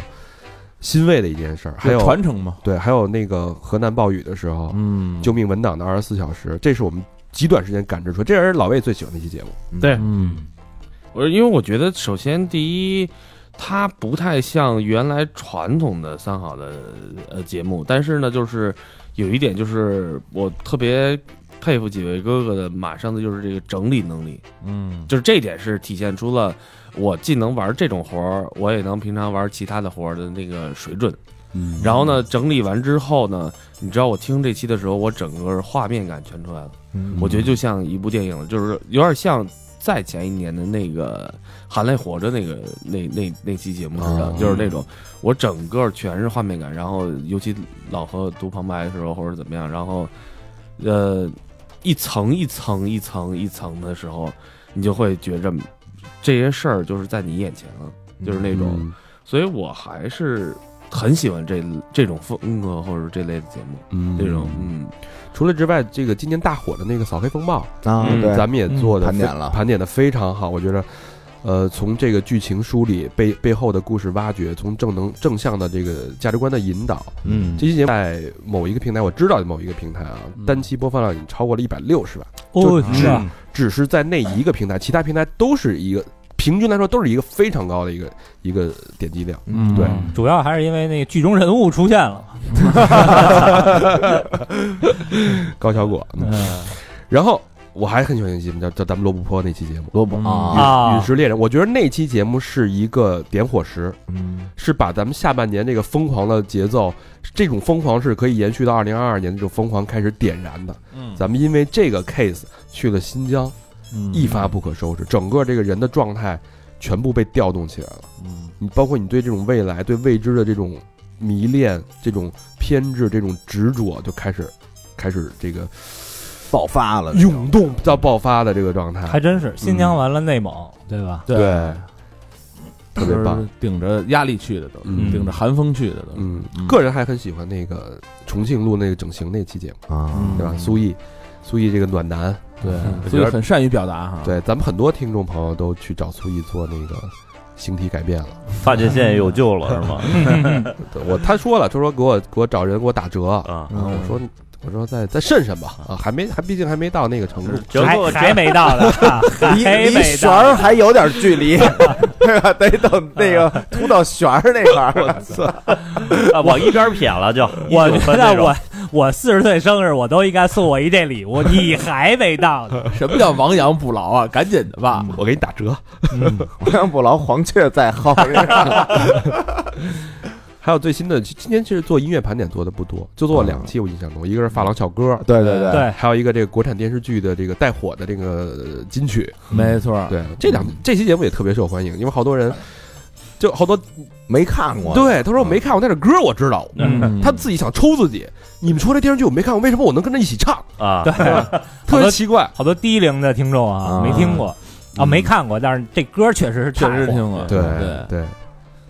欣慰的一件事儿。还有传承嘛，对，还有那个河南暴雨的时候，嗯救命文档的二十四小时，这是我们极短时间感知出来，这也是老魏最喜欢的一期节目。嗯我因为我觉得，首先第一，它不太像原来传统的三好的呃节目，但是呢，就是有一点就是我特别佩服几位哥哥的，马上的就是这个整理能力，嗯，就是这点是体现出了我既能玩这种活儿，我也能平常玩其他的活儿的那个水准。嗯然后呢，整理完之后呢，你知道我听这期的时候，我整个画面感全出来了。我觉得就像一部电影，就是有点像再前一年的那个《含泪活着》那个那那那期节目似的，哦就是那种我整个全是画面感，然后尤其老何读旁白的时候或者怎么样，然后呃一层一层一层一层的时候，你就会觉着这些事儿就是在你眼前了，就是那种，嗯所以我还是很喜欢这这种风格或者这类的节目，嗯这种嗯除了之外，这个今年大火的那个扫黑风暴，啊，嗯对，咱们也做嗯的盘点了盘点的非常好，我觉得。呃，从这个剧情梳理背背后的故事挖掘，从正能正向的这个价值观的引导，嗯这期节目在某一个平台，我知道某一个平台啊，单期播放量已经超过了一百六十万，就哦，是啊，只是在那一个平台，其他平台都是一个平均来说都是一个非常高的一个一个点击量。嗯对主要还是因为那个剧中人物出现了。高小果，嗯嗯然后我还很喜欢一期节目叫叫咱们罗布泊那期节目萝卜《啊，啊陨石猎人》，我觉得那期节目是一个点火石，嗯是把咱们下半年这个疯狂的节奏，这种疯狂是可以延续到二零二二年这种疯狂开始点燃的。嗯咱们因为这个 case 去了新疆，一发不可收拾，整个这个人的状态全部被调动起来了。嗯你包括你对这种未来、对未知的这种迷恋、这种偏执、这种执着，就开始开始这个爆发了，涌动到爆发的这个状还态。真是新疆完了内蒙，啊嗯对吧？对，特别棒都是顶着压力去的都，嗯顶着寒风去的都，嗯，个人还很喜欢那个重庆录那个整形那期节目，啊，对吧？苏毅，苏毅这个暖男。对，觉所以得很善于表达哈，对，咱们很多听众朋友都去找苏毅做那个形体改变了。发际线有救了 是吗？对我他说了，他说给我给我找人给我打折，啊，啊，我说我说再再慎慎吧，啊，还没还毕竟还没到那个程度。折还扣还没到呢，啊还 离离没旋到儿。还有点距离，对吧？得等那个啊突到旋儿那块儿，啊往一边撇了 就。我19觉分那得种我我四十岁生日，我都应该送我一这礼 物，你还没到呢。什么叫亡羊补牢啊？赶紧的吧，我给你打折。亡羊补牢，黄雀在后。 还有最新的，今年其实做音乐盘点做的不多，就做了两期，我印象中，一个是发廊小哥，对对对，对，还有一个这个国产电视剧的这个带火的这个呃金曲。没错，对，啊这两这期节目也特别受欢迎，因为好多人。就好多没看过，对他说我没看过，但是歌我知道，嗯他自己想抽自己。你们说这电视剧我没看过，为什么我能跟着一起唱？啊，特别奇怪。好多低龄的听众啊，啊没听过啊，没看过，但是这歌确实是确实太火听过，对对，对，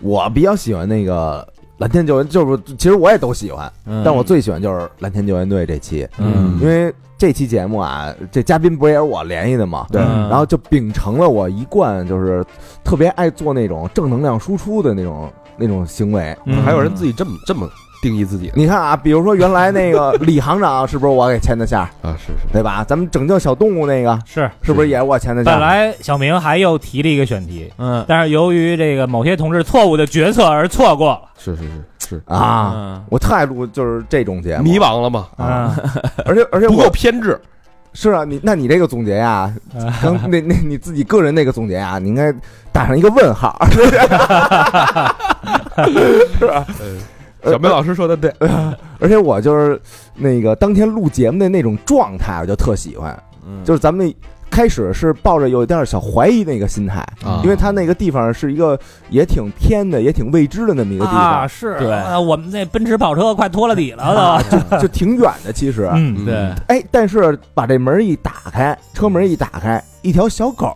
我比较喜欢那个蓝天救援就是，其实我也都喜欢，嗯但我最喜欢就是蓝天救援队这期，嗯因为这期节目啊，这嘉宾不是也是我联系的嘛，对嗯然后就秉承了我一贯就是特别爱做那种正能量输出的那种那种行为。嗯还有人自己这么这么定义自己的你看啊，比如说原来那个李行长是不是我给签的下，啊，是是，对吧？咱们拯救小动物那个是。是不是也是我签的下？本来小明还又提了一个选题，嗯但是由于这个某些同志错误的决策而错过了。是是是是，啊，嗯我太录就是这种节目，迷惘了嘛，啊，而且而且 不我够偏执，是啊，你那你这个总结呀，刚那那你自己个人那个总结啊，你应该打上一个问号， 是吧？小梅老师说的对，而且我就是那个当天录节目的那种状态，我就特喜欢。嗯就是咱们开始是抱着有一点小怀疑那个心态，啊因为他那个地方是一个也挺偏的、也挺未知的那么一个地啊，方，是，对啊我们那奔驰跑车快脱了底了都。就挺远的。其 实， 嗯，对，哎，但是把这门一打开，车门一打开，一条小狗，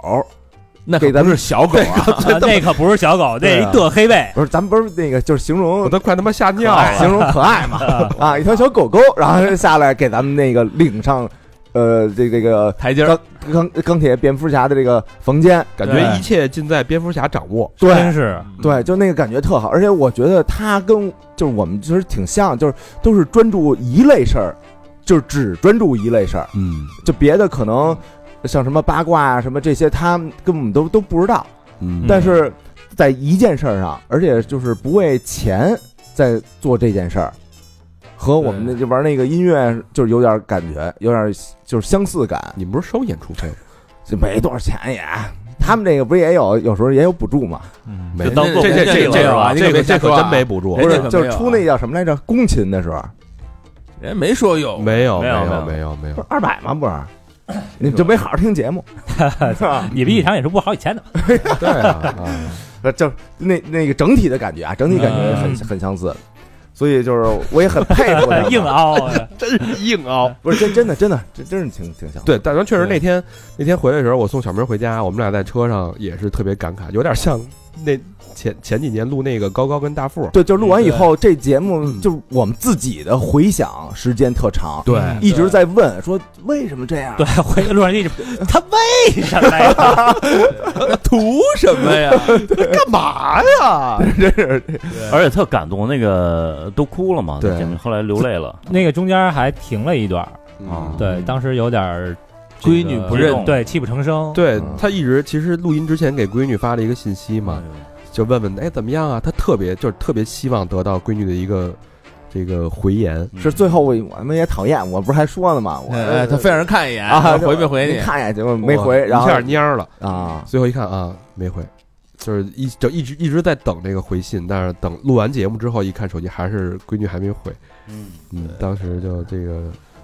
那给可咱不们是小狗啊，啊那可不是小狗，那对一啊嘚黑背。不是咱们不是那个就是形容我都快他妈吓尿了，形容可爱嘛 啊，一条小狗狗，然后下来给咱们那个领上，呃，这这个台阶儿钢钢钢铁蝙蝠侠的这个房间，呃感觉一切尽在蝙蝠侠掌握，真是，对，就那个感觉特好，而且我觉得他跟就是我们其实挺像，就是都是专注一类事儿，就是只专注一类事儿，嗯就别的可能像什么八卦啊什么这些，他们根本都都不知道，嗯但是在一件事儿上，而且就是不为钱在做这件事儿，和我们那就玩那个音乐就是有点感觉，有点就是相似感，你们不是收演出费吗？就没多少钱也。他们这个不是也有有时候也有补助嘛？没就当做这这这这这个啊这你可别这个这瞎说可啊真没补助哎，不人家是可，没有就是出那叫什么来着？工勤的时候，人没说有，没有没有有没没有没不是有，二百吗？不是，你就没好好听节目，是吧？你比一场演出不好几千呢。对啊，啊呃就是那那个整体的感觉啊，整体感觉很很相似，所以就是我也很佩服 他们硬凹啊，真是硬凹。不是真真的真的真真是挺挺像的。对，但咱确实那天那天回来的时候，我送小明回家，我们俩在车上也是特别感慨，有点像那前前几年录那个高高跟大富，对，就嗯录完以后，这节目就是我们自己的回想时间特长，对一直在问说为什么这样？嗯对，回路上一直，他为什么呀？图什么呀？干嘛呀？而且特感动，那个都哭了嘛，对简直后来流泪了。那个中间还停了一段儿，啊，对，当时有点儿这个闺女不认对，泣不成声。对嗯他一直其实录音之前给闺女发了一个信息嘛，就问问哎怎么样啊？他特别就是特别希望得到闺女的一个这个回言，是最后我我们也讨厌，我不是还说了吗？我哎，他非让人看一眼，啊回没回你你？看一眼结果没我回，然一后下蔫儿了。啊，最后一看啊，没回，就是一就一直一直在等这个回信，但是等录完节目之后一看手机，还是闺女还没回。嗯，嗯，当时就这个，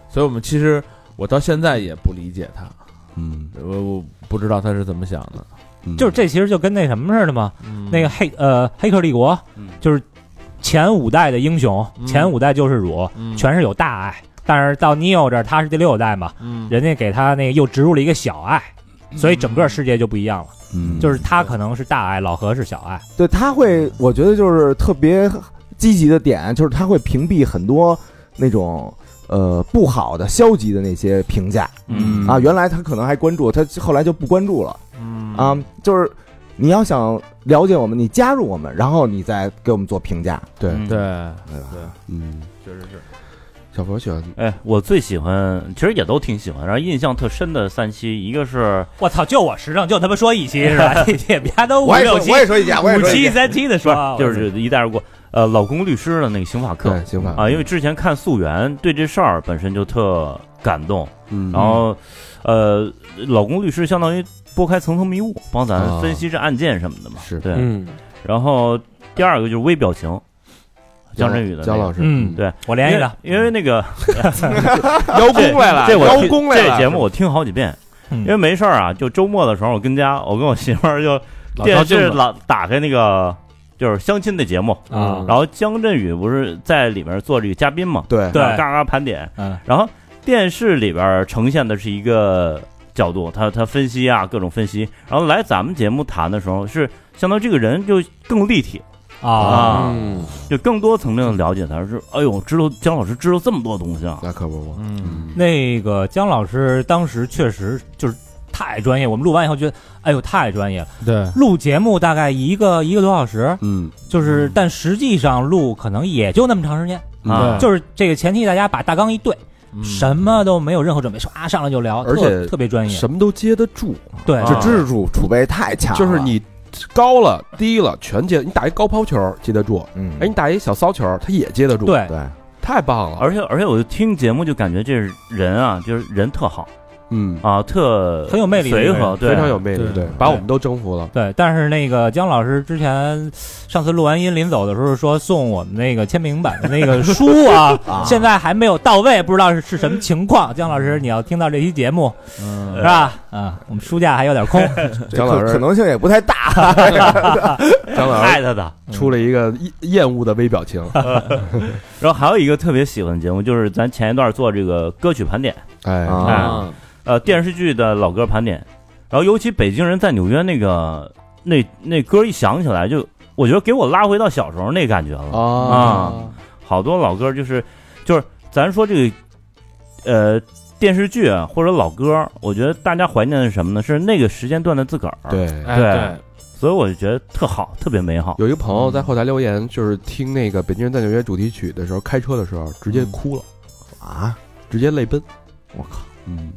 所以我们其实我到现在也不理解他，嗯，我我不知道他是怎么想的。嗯就是这其实就跟那什么似的嘛，嗯那个黑呃《黑客帝国》嗯就是前五代的英雄，嗯前五代救世主，嗯全是有大爱，但是到 Neo 这儿他是第六代嘛，嗯人家给他那个又植入了一个小爱，所以整个世界就不一样了。嗯就是他可能是大爱，老何是小爱。对，他会，我觉得就是特别积极的点，就是他会屏蔽很多那种呃不好的、消极的那些评价嗯啊。原来他可能还关注，他后来就不关注了嗯啊。就是你要想了解我们，你加入我们，然后你再给我们做评价。对，对，嗯，确实是。小佛喜欢哎，我最喜欢，其实也都挺喜欢，然后印象特深的三期，一个是我操，就我实诚，就他妈说一 期是吧？你也别都五六期、说一下，五期、三期的不说是，就是一带而过，呃，老公律师的那个刑法课对刑法啊，因为之前看《溯源》，对这事儿本身就特感动，嗯，然后，呃，老公律师相当于拨开层层迷雾，帮咱啊分析这案件什么的嘛。是对。嗯，然后第二个就是微表情，江振宇的那个姜老师，嗯对，我连一个，因为因为那个嗯 邀功来了，这我邀听功来了，这节目我听好几遍，因为嗯没事儿啊，就周末的时候我跟家，我跟我媳妇儿就电视老打开那个就是相亲的节目，啊，然后江振宇不是在里面做这个嘉宾嘛，对对嘎嘎盘点，嗯，然后电视里边呈现的是一个角度，他他分析啊，各种分析，然后来咱们节目谈的时候，是相当于这个人就更立体，啊，啊，嗯，就更多层面的了解他，是哎呦，知道姜老师知道这么多东西啊，那可不嘛，嗯，那个姜老师当时确实就是太专业，我们录完以后觉得，哎呦，太专业了。对，录节目大概一个一个多小时，嗯，就是但实际上录可能也就那么长时间，啊，就是这个前提大家把大纲一对，什么都没有任何准备，唰上来就聊，嗯而特且特别专业，什啊么都接得住，对，这知识储储备太强了，就是你高了低了全接，你打一高抛球接得住，嗯，哎，你打一小骚球他也接得住，，对，对，太棒了，而且而且我就听节目就感觉这人啊，就是人特好嗯，啊，特很有魅力随和，对，非常有魅力，对把我们都征服了，对，但是那个姜老师之前上次录完音临走的时候说送我们那个签名版的那个书 啊，啊现在还没有到位，不知道是是什么情况。姜老师，你要听到这期节目嗯是吧？啊，我们书架还有点空。这姜可老师可能性也不太大，张老师爱他的。出了一个厌厌恶的微表情，然后还有一个特别喜欢的节目，就是咱前一段做这个歌曲盘点， 哎，啊哎，呃，电视剧的老歌盘点。然后尤其北京人在纽约那个那那歌一响起来就，我觉得给我拉回到小时候那感觉了。啊好多老歌就是就是咱说这个呃电视剧啊或者老歌，我觉得大家怀念的是什么呢？是那个时间段的自个儿。，对。哎对对，所以我就觉得特好，特别美好。有一个朋友在后台留言，就是听那个《北京人在纽约》主题曲的时候，开车的时候直接哭了，啊，直接泪奔。我靠，嗯，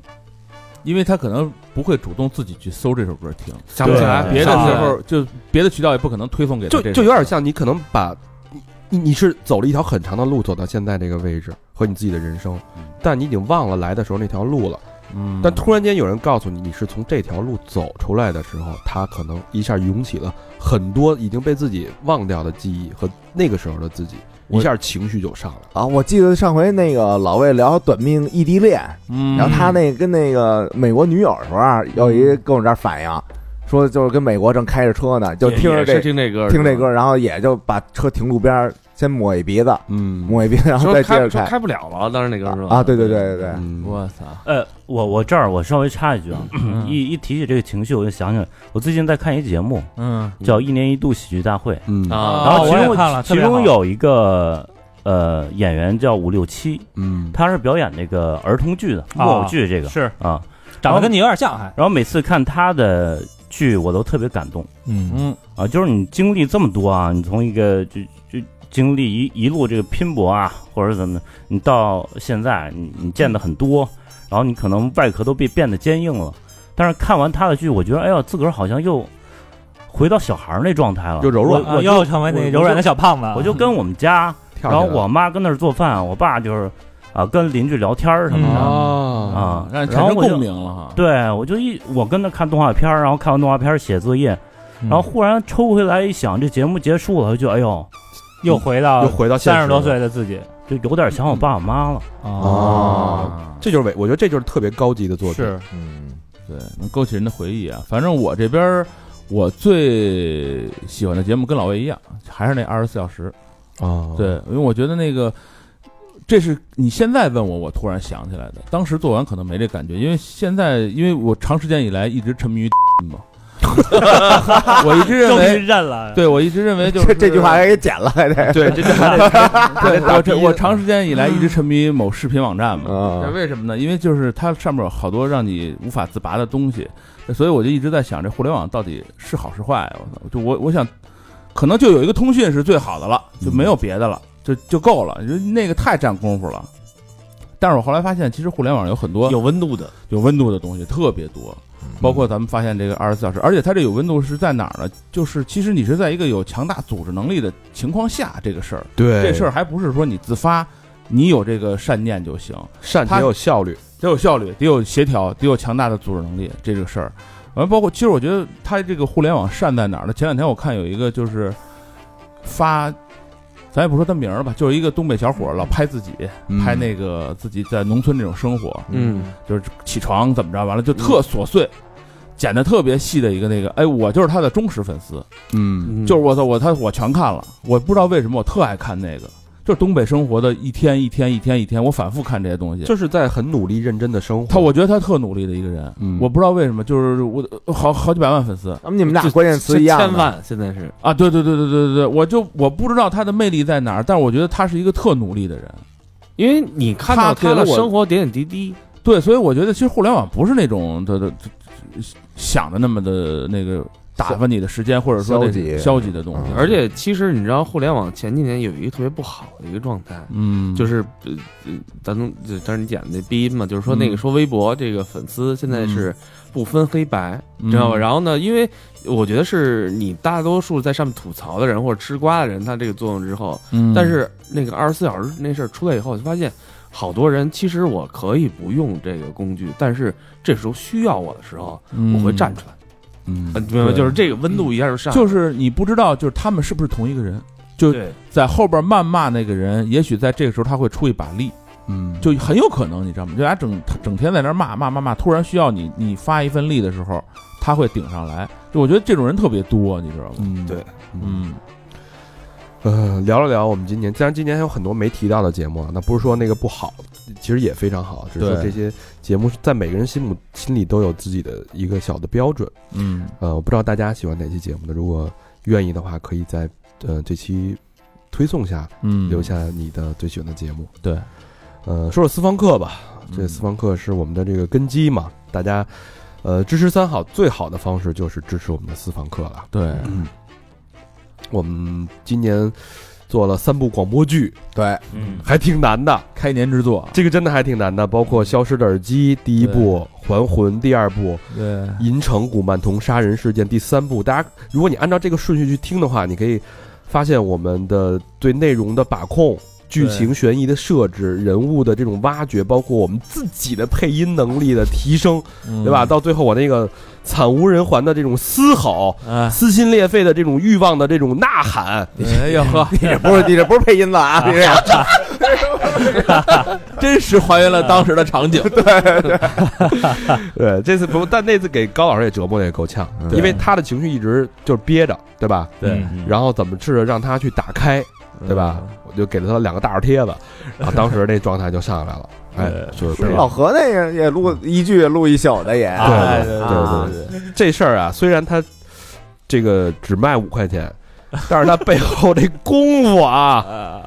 因为他可能不会主动自己去搜这首歌听，想不起来对别的想不起时来候就别的渠道也不可能推送给他就这首就有点像你可能把你你你是走了一条很长的路，走到现在这个位置和你自己的人生，但你已经忘了来的时候那条路了。嗯，但突然间有人告诉你你是从这条路走出来的时候，他可能一下涌起了很多已经被自己忘掉的记忆和那个时候的自己，我一下情绪就上来了。啊，我记得上回那个老魏聊短命异地恋，嗯，然后他那跟那个美国女友的时候啊，有一个跟我这儿反映，说就是跟美国正开着车呢，就听着也是这听这歌，听这歌，然后也就把车停路边儿，先抹一鼻子，嗯抹一鼻子，然后说再接开着说开开不了了，当时那歌是吧？啊，对对对对对，嗯，我操，呃，我我这儿我稍微插一句啊，嗯一一提起这个情绪，我就想起来，我最近在看一节目，嗯叫《一年一度喜剧大会》，嗯啊然后哦其我也中、看了特其别好中有一个呃演员叫五六七，嗯，他是表演那个儿童剧的木偶剧这个哦是啊，长得跟你有点像，还然后每次看他的剧，我都特别感动嗯嗯啊，就是你经历这么多啊，你从一个就就经历一一路这个拼搏啊，或者怎么的，你到现在你你见的很多，然后你可能外壳都被变得坚硬了，但是看完他的剧，我觉得哎呀，自个儿好像又回到小孩儿那状态了，又柔软我我就嗯啊又成为那柔软的小胖子，嗯我就跟我们家，嗯跳然起来后了我妈跟那儿做饭，我爸就是啊跟邻居聊天儿哦什么的。啊啊，嗯让你然产后生我就共鸣了哈，对，我就一我跟着看动画片儿，然后看完动画片儿写作业，然嗯后忽然抽回来一想，这节目结束了，我就觉得哎呦，又回到又回到现三实十了多岁的自己就有点想我爸我妈了。哦，这就是伟，我觉得这就是特别高级的作品。是嗯，对，能勾起人的回忆啊。反正我这边儿我最喜欢的节目跟老魏一样，还是那二十四小时。啊，哦对，因为我觉得那个，这是你现在问我，我突然想起来的。当时做完可能没这感觉，因为现在因为我长时间以来一直沉迷于 嘛，我一直认终于为，认了， 对我一直认为就是这这句话还给剪了，还得对，这这还得对我逼这我长时间以来一直沉迷于某视频网站嘛。 啊那为什么呢？因为就是它上面有好多让你无法自拔的东西，所以我就一直在想，这互联网到底是好是坏？我操！就我我想，可能就有一个通讯是最好的了，就没有嗯别的了，就就够了。就那个太占功夫了。但是我后来发现，其实互联网有很多有温度的，嗯有温度的东西特别多，包括咱们发现这个二十四小时，而且它这有温度是在哪儿呢？就是其实你是在一个有强大组织能力的情况下，这个事儿，哎对这事儿还不是说你自发，你有这个善念就行，善且有效率。得有效率，得有协调，得有强大的组织能力，这个事儿。完，包括其实我觉得它这个互联网善在哪儿呢？前两天我看有一个就是发，咱也不说他名儿吧，就是一个东北小伙儿老拍自己，嗯拍那个自己在农村这种生活，嗯，就是起床怎么着，完了就嗯特琐碎，剪的特别细的一个那个，哎，我就是他的忠实粉丝，嗯就是我操我他我全看了，我不知道为什么我特爱看那个，就是东北生活的一天一天一天一天，我反复看这些东西。就是在很努力认真的生活。他，我觉得他特努力的一个人，嗯，我不知道为什么，就是我呃好好几百万粉丝那么你们俩就关键词一样千的，万现在是啊！对对对对对对对，我就我不知道他的魅力在哪儿，但是我觉得他是一个特努力的人。因为你看到他给他了的我生活点点滴滴，对，所以我觉得其实互联网不是那种的的想的那么的那个打发你的时间，或者说那消极消极的东西。嗯而且其实你知道，互联网前几年有一个特别不好的一个状态，嗯，就是呃，呃咱能，就但是你讲的那逼音嘛，就是说那个说微博这个粉丝现在是不分黑白，嗯知道吧？然后呢，因为我觉得是你大多数在上面吐槽的人或者吃瓜的人，他这个作用之后，嗯但是那个二十四小时那事儿出来以后，就发现好多人其实我可以不用这个工具，但是这时候需要我的时候，我会站出来，嗯呃，明白吗？嗯对就是这个温度一下就上来了，就是你不知道，就是他们是不是同一个人，就对在后边谩骂那个人，也许在这个时候他会出一把力，嗯，就很有可能，你知道吗？就他整整天在那儿骂骂骂骂，突然需要你你发一份力的时候，他会顶上来。就我觉得这种人特别多，你知道吗？嗯对，嗯嗯呃，聊了聊我们今年，既然今年还有很多没提到的节目啊，那不是说那个不好，其实也非常好，只是说对这些节目是在每个人心目心里都有自己的一个小的标准。嗯，呃，我不知道大家喜欢哪期节目呢？如果愿意的话，可以在呃这期推送下嗯，留下你的最喜欢的节目。对，呃，说说私房课吧，这嗯私房课是我们的这个根基嘛，大家呃支持三好最好的方式就是支持我们的私房课了。对，我们今年做了三部广播剧，对，嗯，还挺难的，开年之作，这个真的还挺难的，包括《消失的耳机》第一部，《还魂》第二部，对， 《银城古曼童杀人事件》第三部。大家，如果你按照这个顺序去听的话，你可以发现我们的对内容的把控、剧情悬疑的设置、人物的这种挖掘，包括我们自己的配音能力的提升，嗯对吧？到最后我那个惨无人寰的这种嘶吼、哎撕心裂肺的这种欲望的这种呐喊，哎呦呵，你这不是你这不是配音吧？啊，你这真实还原了当时的场景。对，这次不，但那次给高老师也折磨的也够呛，对因为他的情绪一直就是憋着，对吧？对，然后怎么试着让他去打开，对吧？我就给了他两个大耳贴子，然后当时那状态就上来了，哎，就是不是老何那个也录一句也录一宿的也，啊对哎对对对对，这事儿啊，虽然他这个只卖五块钱， 但是他背后这功夫啊，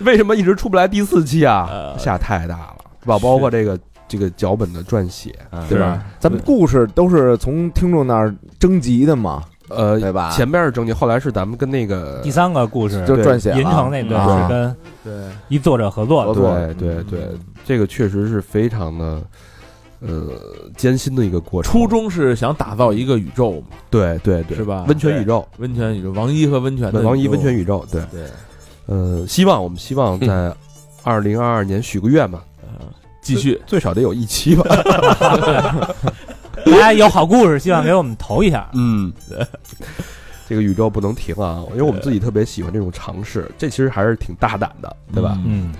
为什么一直出不来第四期啊？下太大了，是吧？包括这个这个脚本的撰写，对吧？咱们故事都是从听众那儿征集的嘛，呃，对吧？前边是正经，后来是咱们跟那个第三个故事就撰写了银城那段啊是跟对，一作者合作合的，作对对对，这个确实是非常的，呃，艰辛的一个过程。初衷是想打造一个宇宙嘛，对对对，是吧温泉宇宙，温泉宇宙，王一和温泉的王一宇宙温泉宇宙，对，对，呃，希望我们希望在二零二二年许个愿吧，嗯继续最少得有一期 吧。大家有好故事，希望给我们投一下。嗯，这个宇宙不能停啊，因为我们自己特别喜欢这种尝试，这其实还是挺大胆的，对吧？嗯，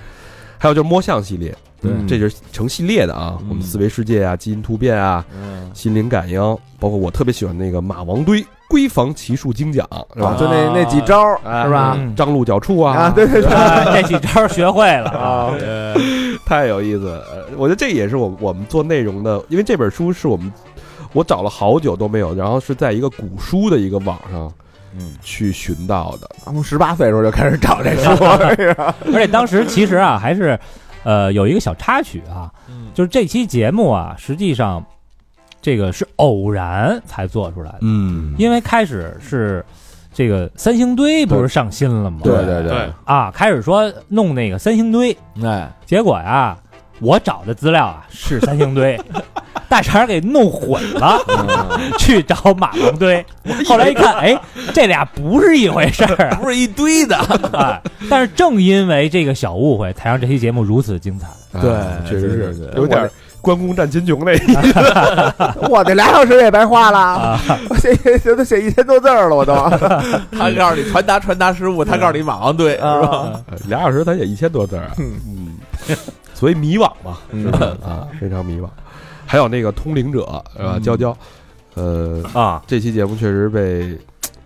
还有就是摸象系列，嗯对这就是成系列的啊，我们思维世界啊，基因突变啊，心灵感应，包括我特别喜欢那个马王堆闺房奇术精讲，是啊，吧？就那那几招儿哎是吧？嗯张鹿角处啊，啊，对对对，啊这几招学会了啊， 太有意思了。呃我觉得这也是我我们做内容的，因为这本书是我们我找了好久都没有，然后是在一个古书的一个网上，嗯，去寻到的。从十八岁的时候就开始找这书，是吧而且当时其实啊，还是呃有一个小插曲啊，就是这期节目啊，实际上这个是偶然才做出来的，嗯因为开始是这个三星堆不是上新了吗？对对对，啊，开始说弄那个三星堆，哎，结果呀，我找的资料啊是三星堆，大肠给弄混了， 去找马王堆。后来一看，哎，这俩不是一回事儿啊，不是一堆的，哎但是正因为这个小误会，才让这期节目如此精彩。哎确实对对是对有点关公战秦琼那意思。我这俩小时也白花了啊，我写写都写一千多字儿了，我都他告诉你传达传达失误，他告诉你马王堆，啊，呃俩小时咱也一千多字儿啊，嗯，所以迷惘嘛，是吧？啊，非常迷惘。还有那个通灵者是吧？娇娇，呃， 啊，这期节目确实被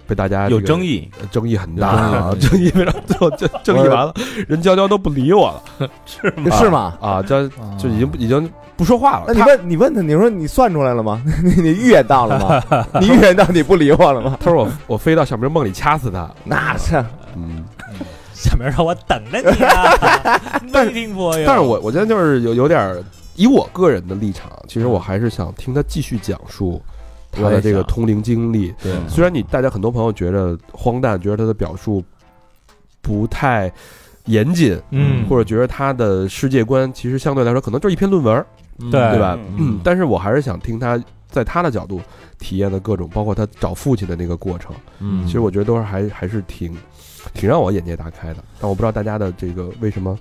被大家有这个 争议，呃争议很啊大，争议非常，最后争争议完了，人娇娇都不理我了是吗？啊，娇嗯就已经已经不说话了。那你他问你问他，你说你算出来了吗？ 你你预言到了 吗？你预言到你不理我了吗？他说我我飞到小明梦里掐死他，那是嗯，小明说：“我等着你啊，没听过哟。”但是我我现在就是有有点儿以我个人的立场，其实我还是想听他继续讲述他的这个通灵经历。对，虽然你大家很多朋友觉得荒诞，觉得他的表述不太严谨，嗯或者觉得他的世界观其实相对来说可能就是一篇论文儿，对对吧？嗯嗯，但是我还是想听他在他的角度体验的各种，包括他找父亲的那个过程。嗯其实我觉得都是还还是挺挺让我眼界大开的，但我不知道大家的这个为什么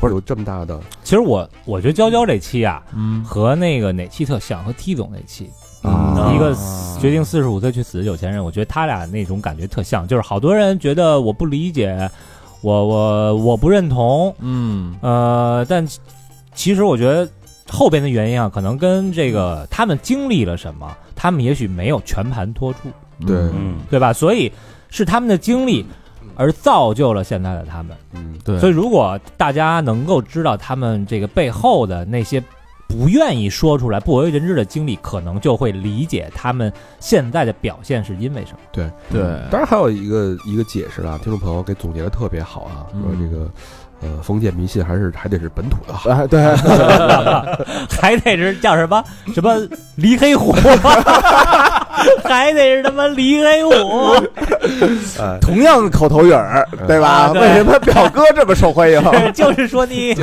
会有这么大的。其实我我觉得娇娇这期啊，嗯和那个哪期特像，和 T 总那期，啊嗯一个决定四十五岁去死的有钱人，我觉得他俩那种感觉特像，就是好多人觉得我不理解，我我我不认同，嗯呃，但其其实我觉得后边的原因啊，可能跟这个他们经历了什么，他们也许没有全盘托出，对，嗯，对吧？所以是他们的经历。而造就了现在的他们，嗯，对所以如果大家能够知道他们这个背后的那些不愿意说出来、不为人知的经历，可能就会理解他们现在的表现是因为什么。对，当然还有一个一个解释啊，听众朋友给总结的特别好啊，嗯说这个呃封建迷信还是还得是本土的好。啊，对， 还得是叫什么什么黎黑虎， 还得是他妈黎黑虎， 同样的口头语儿，对吧？啊对为什么表哥这么受欢迎？ 就是嗯说你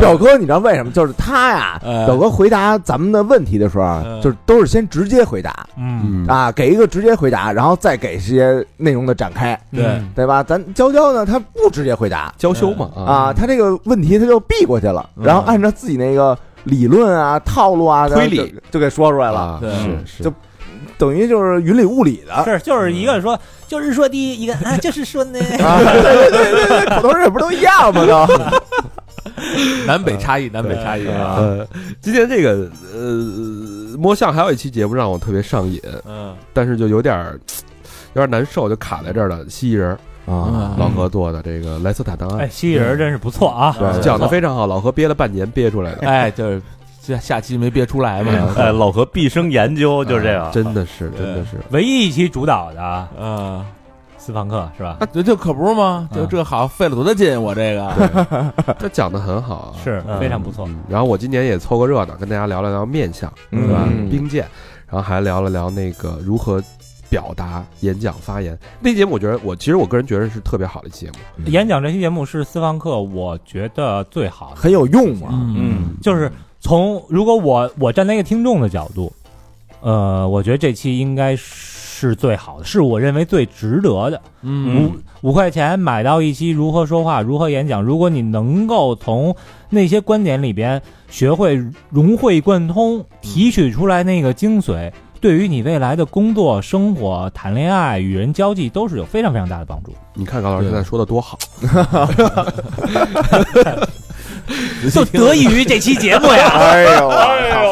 表哥，你知道为什么？就是他呀，呃表哥回答咱们的问题的时候啊，嗯就是都是先直接回答嗯，啊，给一个直接回答，然后再给一些内容的展开，对，对吧？咱娇娇呢，她不直接回答娇羞嘛啊，啊，她这个问题她就避过去了，然后按照自己那个理论啊、套路啊推理就就给说出来了，啊对是是，就等于就是云里雾里的是就是一个说就是说第一个啊，就是说呢，啊，对对对对对，口头语不都一样吗？都。南北差异，南北差异啊，呃，今天这个呃摸象还有一期节目让我特别上瘾，嗯但是就有点儿有点难受，就卡在这儿了。蜥蜴人啊，老何做的这个莱斯塔档哎，案蜥蜴人真是不错啊，对讲的非常好，老何憋了半年憋出来的，哎，就是下下期没憋出来嘛，哎，老何毕生研究就是这啊样，真的是真的是。唯一一期主导的嗯啊，斯庞克是吧？那这这可不是吗？这这好费了多大劲，我这个他讲的很好啊，是嗯非常不错，嗯然后我今年也凑个热闹，跟大家聊了聊面相，对吧？嗯兵谏，然后还聊了聊那个如何表达演讲发言。那节目我觉得我其实我个人觉得是特别好的一期节目，演讲这期节目是斯庞克，我觉得最好的，很有用啊。嗯，就是从如果我我站在一个听众的角度，呃，我觉得这期应该是最好的，是我认为最值得的。嗯五块钱买到一期如何说话、如何演讲，如果你能够从那些观点里边学会融会贯通，提取出来那个精髓，对于你未来的工作、生活、谈恋爱、与人交际都是有非常非常大的帮助。你看高老师现在说的多好，就得益于这期节目呀，哎呦，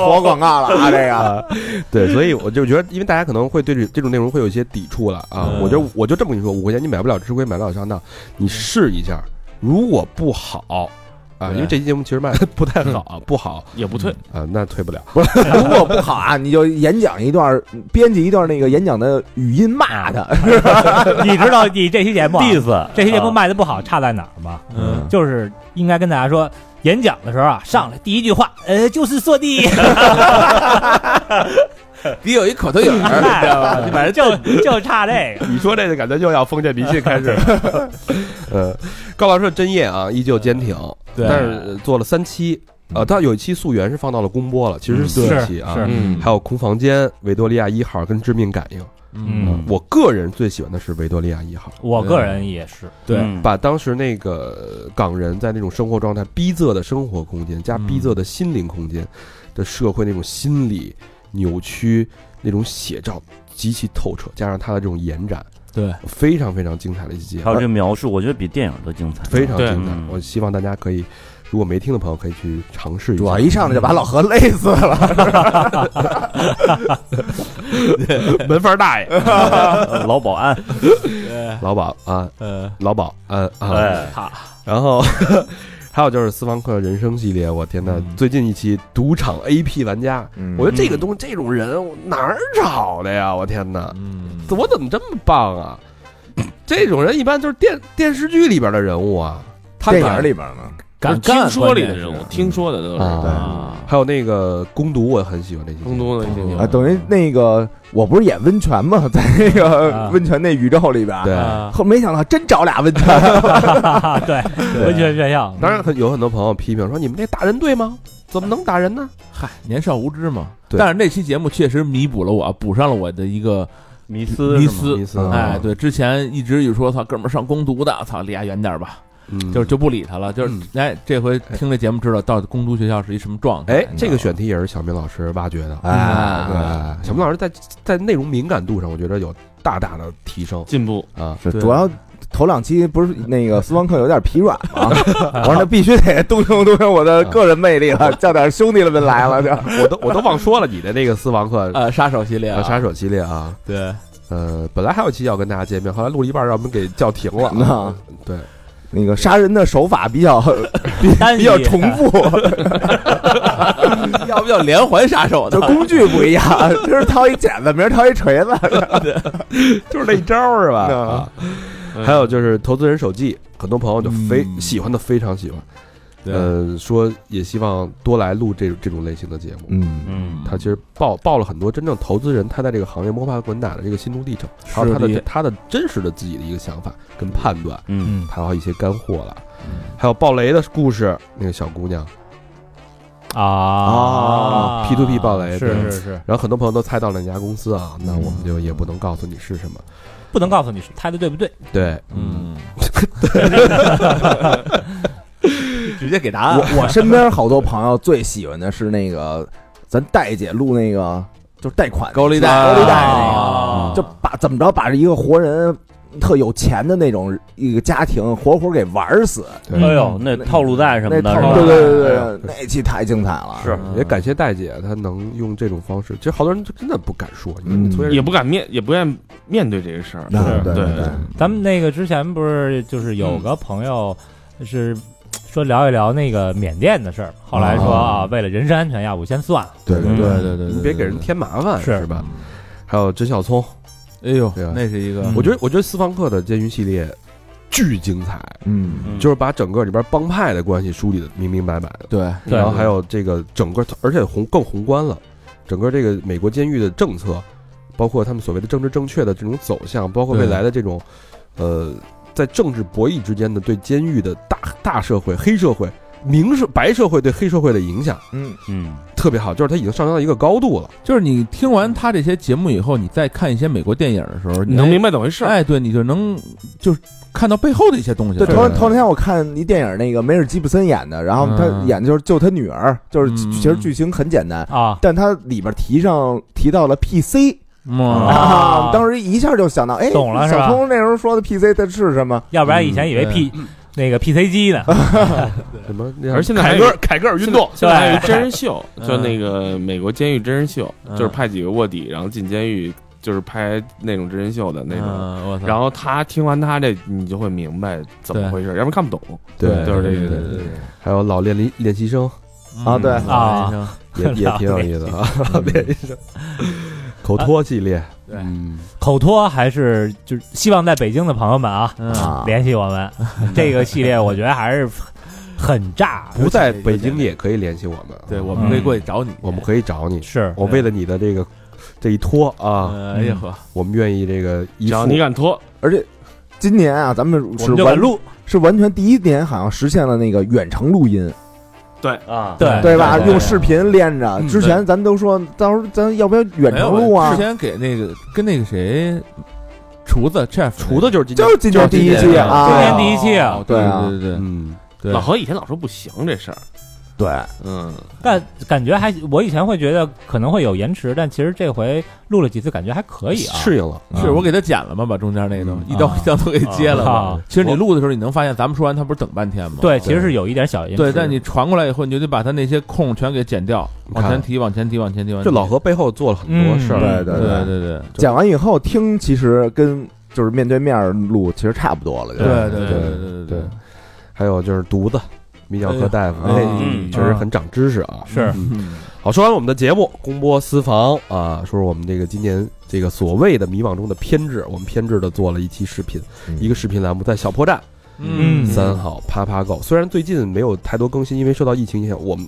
活广告了啊！这个， 对，所以我就觉得，因为大家可能会对这这种内容会有一些抵触了啊。嗯我就我就这么跟你说，五块钱你买不了吃亏，买不了上当，你试一下，如果不好。啊，对因为这期节目其实卖的不太好，不好也不退，啊、那退嗯不了。如果不好啊，你就演讲一段，编辑一段那个演讲的语音骂他。 你知道你这期节目啊 diss 这期节目卖的不好差在哪儿吗？嗯，就是应该跟大家说，演讲的时候啊，上来第一句话，呃，就是说的，得有一口头影儿，哎反正就就差这个。你说这个感觉又要封建迷信开始了。 呃，高老师的针叶啊，依旧坚挺，对但是做了三期，呃，他有一期溯源是放到了公播了，其实是四期啊，嗯，还有空房间、维多利亚一号跟致命感应。嗯，我个人最喜欢的是维多利亚一号，我个人也是，对嗯把当时那个呃港人在那种生活状态、逼仄的生活空间加嗯逼仄的心灵空间的社会那种心理扭曲、那种写照极其透彻，加上他的这种延展，对，非常非常精彩的一期节目还有。这描述，我觉得比电影都精彩。非常对精彩嗯。我希望大家可以如果没听的朋友可以去尝试一下。主要一上来就把老何累死了，门房大爷、老保安，老保安，呃，老保安啊，哎，然后 还有就是私房课人生系列，我天呐，最近一期赌场 AP 玩家，嗯我觉得这个东西这种人我哪儿找的呀？我天呐，嗯，我怎么这么棒啊？这种人一般就是电电视剧里边的人物啊，他电哪影里边呢，都敢是听干说里的关键是人物，听说的都是啊啊，还有那个攻读，我很喜欢这期节目更多的一些啊，等于那个我不是演温泉吗？在那个啊温泉那宇宙里边，对，呃啊，后没想到真找俩温泉，啊 对，温泉炫耀，当然很有很多朋友批评说你们这打人对吗？怎么能打人呢？嗨，年少无知嘛。对但是那期节目确实弥补了我，补上了我的一个迷思迷是吗思意。思啊哎，，对，之前一直有说，操，哥们儿上攻读的，操，离他远点儿吧，嗯就是就不理他了。就是嗯，哎，这回听这节目知道到底攻读学校是一什么状态。哎，这个选题也是小明老师挖掘的。 哎，啊哎，小明老师在在内容敏感度上，我觉得有大大的提升进步，啊。是对主要头两期不是那个斯旺克有点疲软嘛， 我说那必须得动用动用我的个人魅力了，叫点兄弟们来了就。我都我都忘说了你的那个私房 课哎呃，杀手系列啊，呃杀手系列啊，对，呃，本来还有一期要跟大家见面，后来录了一半让我们给叫停了。那对，那个杀人的手法比 较单比一啊较重复， 要不要连环杀手呢就？工具不一样，今儿掏一剪子，明儿掏一锤子，就是那一招儿是吧？嗯啊，还有就是投资人手记，很多朋友就非喜欢的非常喜欢，对呃，说也希望多来录这这种类型的节目。嗯，嗯，他其实报报了很多真正投资人他在这个行业摸爬滚打的这个心路历程，还有他是的的他的真实的自己的一个想法跟判断，嗯，嗯还有一些干货了，还有暴雷的故事，那个小姑娘，啊 P2P 暴雷是对是是，然后很多朋友都猜到了哪家公司啊，那我们就也不能告诉你是什么，不能告诉你是猜的对不对，对， 嗯，直接给答啊案我我身边好多朋友最喜欢的是那个咱戴姐录那个就是贷款高利贷，高利贷那个，啊，就把怎么着把一个活人特有钱的那种一个家庭活活给玩死，对哎呦，那套路贷什么那的，套是吧对对对哎对呦对，那期太精彩了，是啊也感谢戴姐，她能用这种方式，其实好多人就真的不敢说，因为嗯你催也人不敢面，也不愿面对这个事儿，那是对对对，咱们那个之前不是就是有个朋友是说聊一聊那个缅甸的事儿，后来说啊，为了人身安全，要不先算了。对对嗯对，对对对，你别给人对。添麻烦，是哎是吧？还有甄小聪，哎呦对啊，那是一个嗯我觉得我觉得私房课的监狱系列巨精彩，嗯，嗯就是把整个里边帮派的关系梳理的明明白白的，对对然后还有这个整个，而且宏更宏观了，整个这个美国监狱的政策，包括他们所谓的政治正确的这种走向，包括未对来的这种，呃，在政治博弈之间的对监狱的大大社会、黑社会、明社白社会对黑社会的影响，嗯，嗯，特别好，就是它已经上升到一个高度了。就是你听完他这些节目以后，你再看一些美国电影的时候，你能哎明白怎么回事儿。哎，对，你就能就是看到背后的一些东西了。对，头头两天我看一电影，那个梅尔吉布森演的，然后他嗯演的就是救他女儿，就是嗯其实剧情很简单，啊但他里边提上提到了 PC 嗯，啊当时一下就想到，哎，懂了是吧小聪那时候说的 PC 它是什么？要不然以前以为 P 那个 PC 机呢，什么？那样而现在还凯有歌凯歌尔运动，现在还有一对真人秀，嗯就那个美国监狱真人秀，嗯就是派几个卧底，然后进监狱，就是拍那种真人秀的那种。嗯我操，然后他听完他这，你就会明白怎么对回事，要不然看不懂。对就是这个对对对还有老练习练习生啊对嗯啊人生也也挺有意思啊， 练习生口托系列，对嗯，口托还是就是希望在北京的朋友们啊嗯，啊，联系我们，这个系列我觉得还是很炸，不在北京也可以联系我们，啊对，我们可以过去找你，我们可以找你。是我为了你的这个这一托啊，嗯哎呀呵，我们愿意这个只一要付你敢脱，而且今年啊，咱们我是们就完敢录，是完全第一年，好像实现了那个远程录音，啊，对对吧？对用视频连着。嗯之前咱都说，到时候咱要不要远程录没有我啊之？前给那个跟那个谁，厨子 chef 厨子就是今天就是今年第一今期年啊，今年第一期啊哦对对啊对对嗯，对，老何以前老说不行这事儿，对，嗯，但感觉还，我以前会觉得可能会有延迟，但其实这回录了几次，感觉还可以啊。适应了。是我给他剪了嘛，把中间那个一刀一刀都给接了嘛。啊，其实你录的时候，你能发现咱们说完他不是等半天吗？对，其实是有一点小延迟。对，但你传过来以后，你就得把他那些空全给剪掉，往前提，往前提，往前提，往前提。这老何背后做了很多事儿，啊对对嗯对对对对讲完以后听，其实跟就是面对面录其实差不多了，就对对对对对对还有就是犊子，泌尿科大夫，哎呦哎确实很长知识啊。是嗯好，说完我们的节目，公播私房啊，说说我们这个今年这个所谓的迷惘中的偏执，我们偏执的做了一期视频，一个视频栏目在小破站嗯三好啪啪狗，虽然最近没有太多更新，因为受到疫情影响，我们。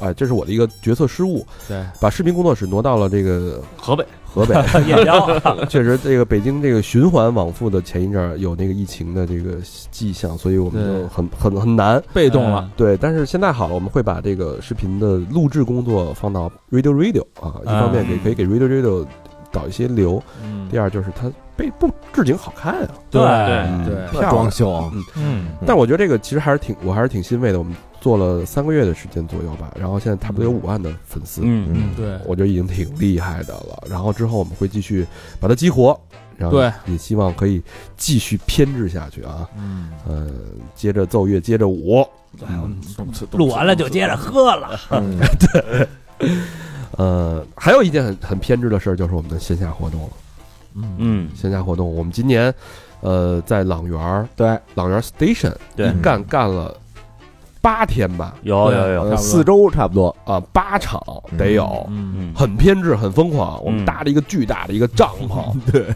哎，这是我的一个决策失误，对，把视频工作室挪到了这个河北河 北，也要确实，这个北京这个循环往复的前一阵儿有那个疫情的这个迹象，所以我们就对很很很难。嗯被动了。对，但是现在好了，我们会把这个视频的录制工作放到 Radio Radio 啊，一方面给可以给 Radio Radio 导一些流，嗯第二就是它背部置景好看啊，对嗯哎对漂亮装。修啊嗯但我觉得这个其实还是挺，我还是挺欣慰的。我们做了三个月的时间左右吧，然后现在差不多有五万的粉丝，嗯嗯对我觉得已经挺厉害的了。然后之后我们会继续把它激活，然后对也希望可以继续偏执下去啊。嗯，呃，接着奏乐，接着舞。嗯录完了就接着喝了。嗯呃，还有一件很很偏执的事儿，就是我们的线下活动了。嗯，线下活动，我们今年呃在朗园儿对，朗园儿 Station 对一干干了八天吧，有有有，呃四周差不多，啊、八场得有。嗯嗯很偏执，很疯狂。我们嗯搭了一个巨大的一个帐篷， 对，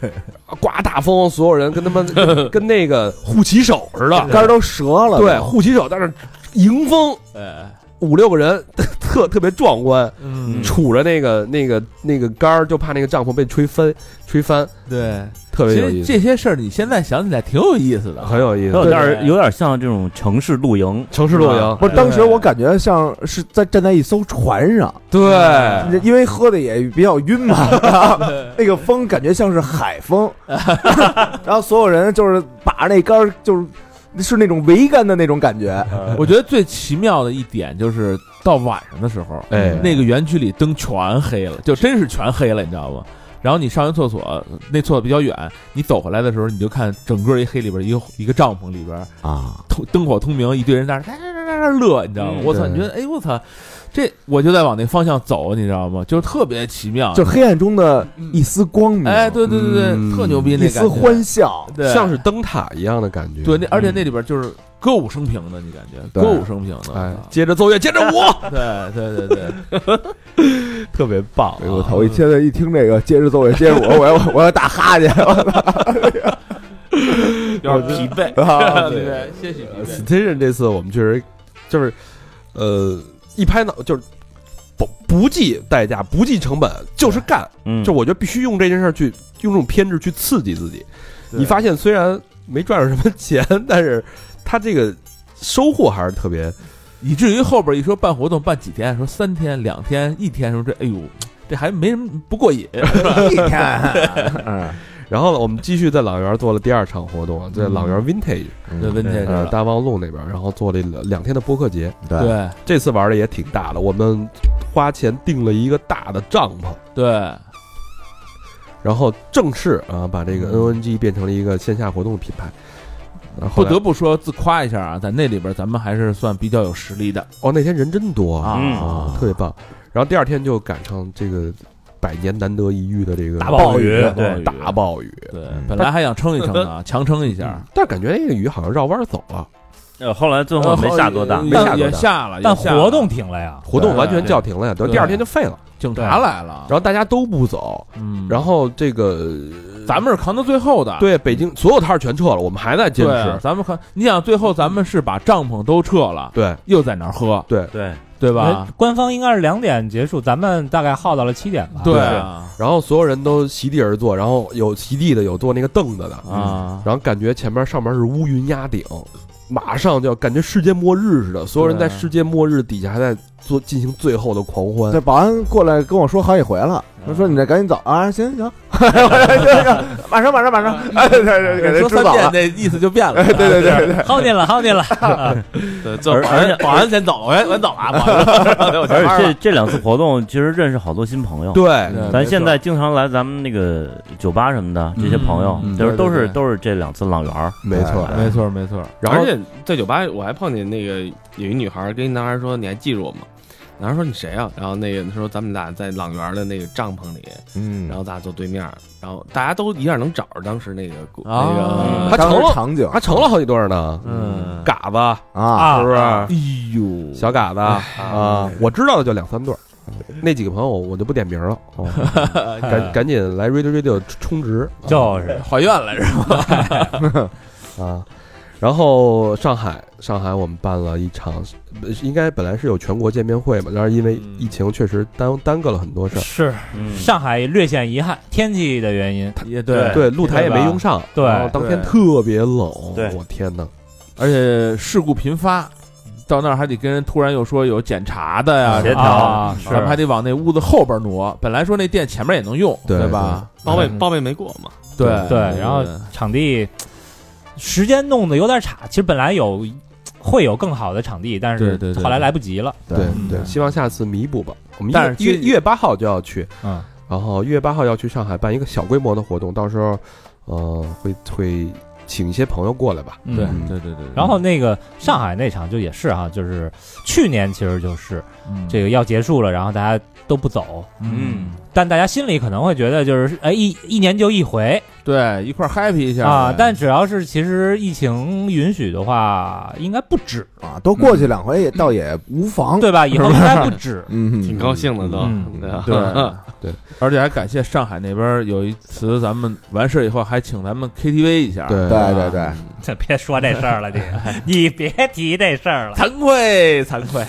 刮大风，所有人跟他们跟跟那个护旗手似的，杆儿都折了，对，护旗手在那儿迎风，哎五六个人 特特别壮观，嗯杵着那个那个那个杆儿，就怕那个帐篷被吹翻，吹翻，对，特其别有意实思，这些事儿你现在想起来挺有意思的，很有意有思。点儿有点儿像这种城市露营，城市露营，不是，当时我感觉像是在站在一艘船上，对，哎因为喝的也比较晕嘛， 那个风感觉像是海风，然后所有人就是把那杆儿就是是那种桅杆的那种感觉，我觉得最奇妙的一点就是到晚上的时候，哎那个园区里灯全黑了，就真是全黑了，你知道吗？然后你上完厕所，那厕所比较远，你走回来的时候，你就看整个一黑里边一个一个帐篷里边啊，通灯火通明，一堆人在那儿哒哒哒哒哒乐，你知道吗？嗯我操，对你觉得哎我操，这我就在往那方向走，你知道吗？就是特别奇妙，就是黑暗中的一丝光明，哎，对对对对，嗯特牛逼那一感觉，丝欢笑，对，像是灯塔一样的感觉。对那而且那里边就是歌舞升平的，你感觉对歌舞升平的，哎，接着奏乐，接着舞，对对对对，特别棒啊哎呦我操！我一现在一听这个，接着奏乐，接着舞，我要我要打哈 欠，有点疲惫。 啊对对，谢谢你。 Station 这次我们确实就是，呃，一拍脑就是不不计代价、不计成本，就是干。嗯，就我觉得必须用这件事儿去用这种偏执去刺激自己。对你发现虽然没赚着什么钱，但是他这个收获还是特别。以至于后边一说办活动办几天，说三天、两天、一天，说这哎呦，这还没什么不过瘾。啊一天，嗯然后呢，我们继续在朗园做了第二场活动啊，在朗园 Vintage 嗯对，嗯温姐，呃大望路那边，然后做了两两天的播客节。对，对这次玩的也挺大的，我们花钱订了一个大的帐篷。对，然后正式啊把这嗯个 NNG 变成了一个线下活动的品牌。然后后不来得不说自夸一下啊，在那里边咱们还是算比较有实力的哦，那天人真多啊。啊，特别棒。然后第二天就赶上这个百年难得一遇的这个大暴雨大暴对雨大暴雨，对嗯，本来还想撑一撑呢，强撑一下，但感觉那个雨好像绕弯走了，呃后来最后没下多大呃，没下多大也下了，但也下了活动停啊了呀，活动完全叫停了呀，等对第二天就废了。警察来了，然后大家都不走，嗯，然后这个咱们是扛到最后的，对北京所有摊儿全撤了，我们还在坚对，啊持。咱们扛。你想最后咱们是把帐篷都撤了，对，又在那儿喝，对，对呃哎吧？官方应该是两点结束，咱们大概耗到了七点吧。对啊然后所有人都席地而坐，然后有席地的，有坐那个凳子的啊，然后感觉前面上面是乌云压顶，马上就要感觉世界末日似的，所有人在对世界末日底下还在做进行最后的狂欢那。保安过来跟我说好几回了，他说你这赶紧走啊，行行，我说行 行，马上马上马上，哎，对对对，给他说支三走遍了，那意思就变了。对对对对，耗你了，耗你了。对，这保 安保安先走，我先我先走了，保安我先 而玩且这了。这两次活动，其实认识好多新朋友。对对咱现在经常来咱们那个酒吧什么的，这些朋友嗯嗯就是对对都是对都是这两次浪园儿没错，哎没错没错，然后而且在酒吧我还碰见那个有一女孩跟一男孩说：“你还记住我吗？”男孩说：“你谁啊？”然后那个他说：“咱们俩在朗园的那个帐篷里，嗯然后咱俩坐对面，然后大家都一样能找着当时那个呃故啊那还个。”当成时了场景还成了好几对儿呢，嗯，嘎子啊，是不是？哎呦，小嘎子啊，我知道的就两三对儿，那几个朋友我就不点名了，哦赶赶紧来 radio radio 充值就是怀孕了是吧？啊。然后上海，上海我们办了一场，呃应该本来是有全国见面会嘛，但是因为疫情确实耽耽搁了很多事儿，是嗯上海略显遗憾，天气的原因。也对对，露台也没用上，对然后当天特别冷，对我天哪，而且事故频发，到那儿还得跟人突然又说有检查的呀，协调啊咱嗯们还得往那屋子后边挪。本来说那店前面也能用，对吧？报备报备没过嘛？对对，然后场地时间弄得有点差，其实本来有会有更好的场地，但对是对对后来来不及了。对嗯对，希望下次弥补吧。我们一但月是一月这一月八号就要去，嗯，然后一月八号要去上海办一个小规模的活动，到时候呃会会请一些朋友过来吧。嗯对嗯对对对，然后那个上海那场就也是哈、就是去年其实就是这个要结束了，然后大家都不走，嗯，但大家心里可能会觉得就是哎一一年就一回对，一块儿 happy 一下啊呗，但只要是其实疫情允许的话，应该不止啊，都过去两回也倒也无妨，。对吧？以后应该不 止 嗯，挺高兴的都嗯，对吧啊对对，而且还感谢上海那边有一次，咱们完事儿以后还请咱们 KTV 一下，对对对对，这别说这事 儿了，你你别提这事儿了。惭愧惭愧，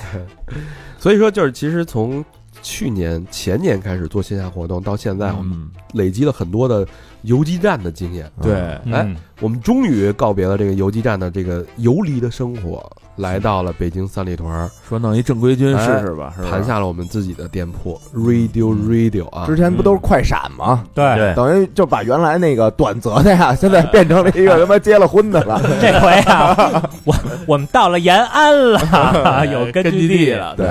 所以说就是其实从去年前年开始做线下活动到现在，我们嗯，累积了很多的游击战的经验。嗯对，嗯哎， 我们终于告别了这个游击战的这个游离的生活，来到了北京三里屯儿，说弄一正规军试试吧，是吧？盘下了我们自己的店铺 Radio Radio 啊之。前不都是快闪吗？对，对，等于就把原来那个短则的呀，现在变成了一个他妈结了婚的了。这回啊，我我们到了延安 了，有根根据据地地了，对，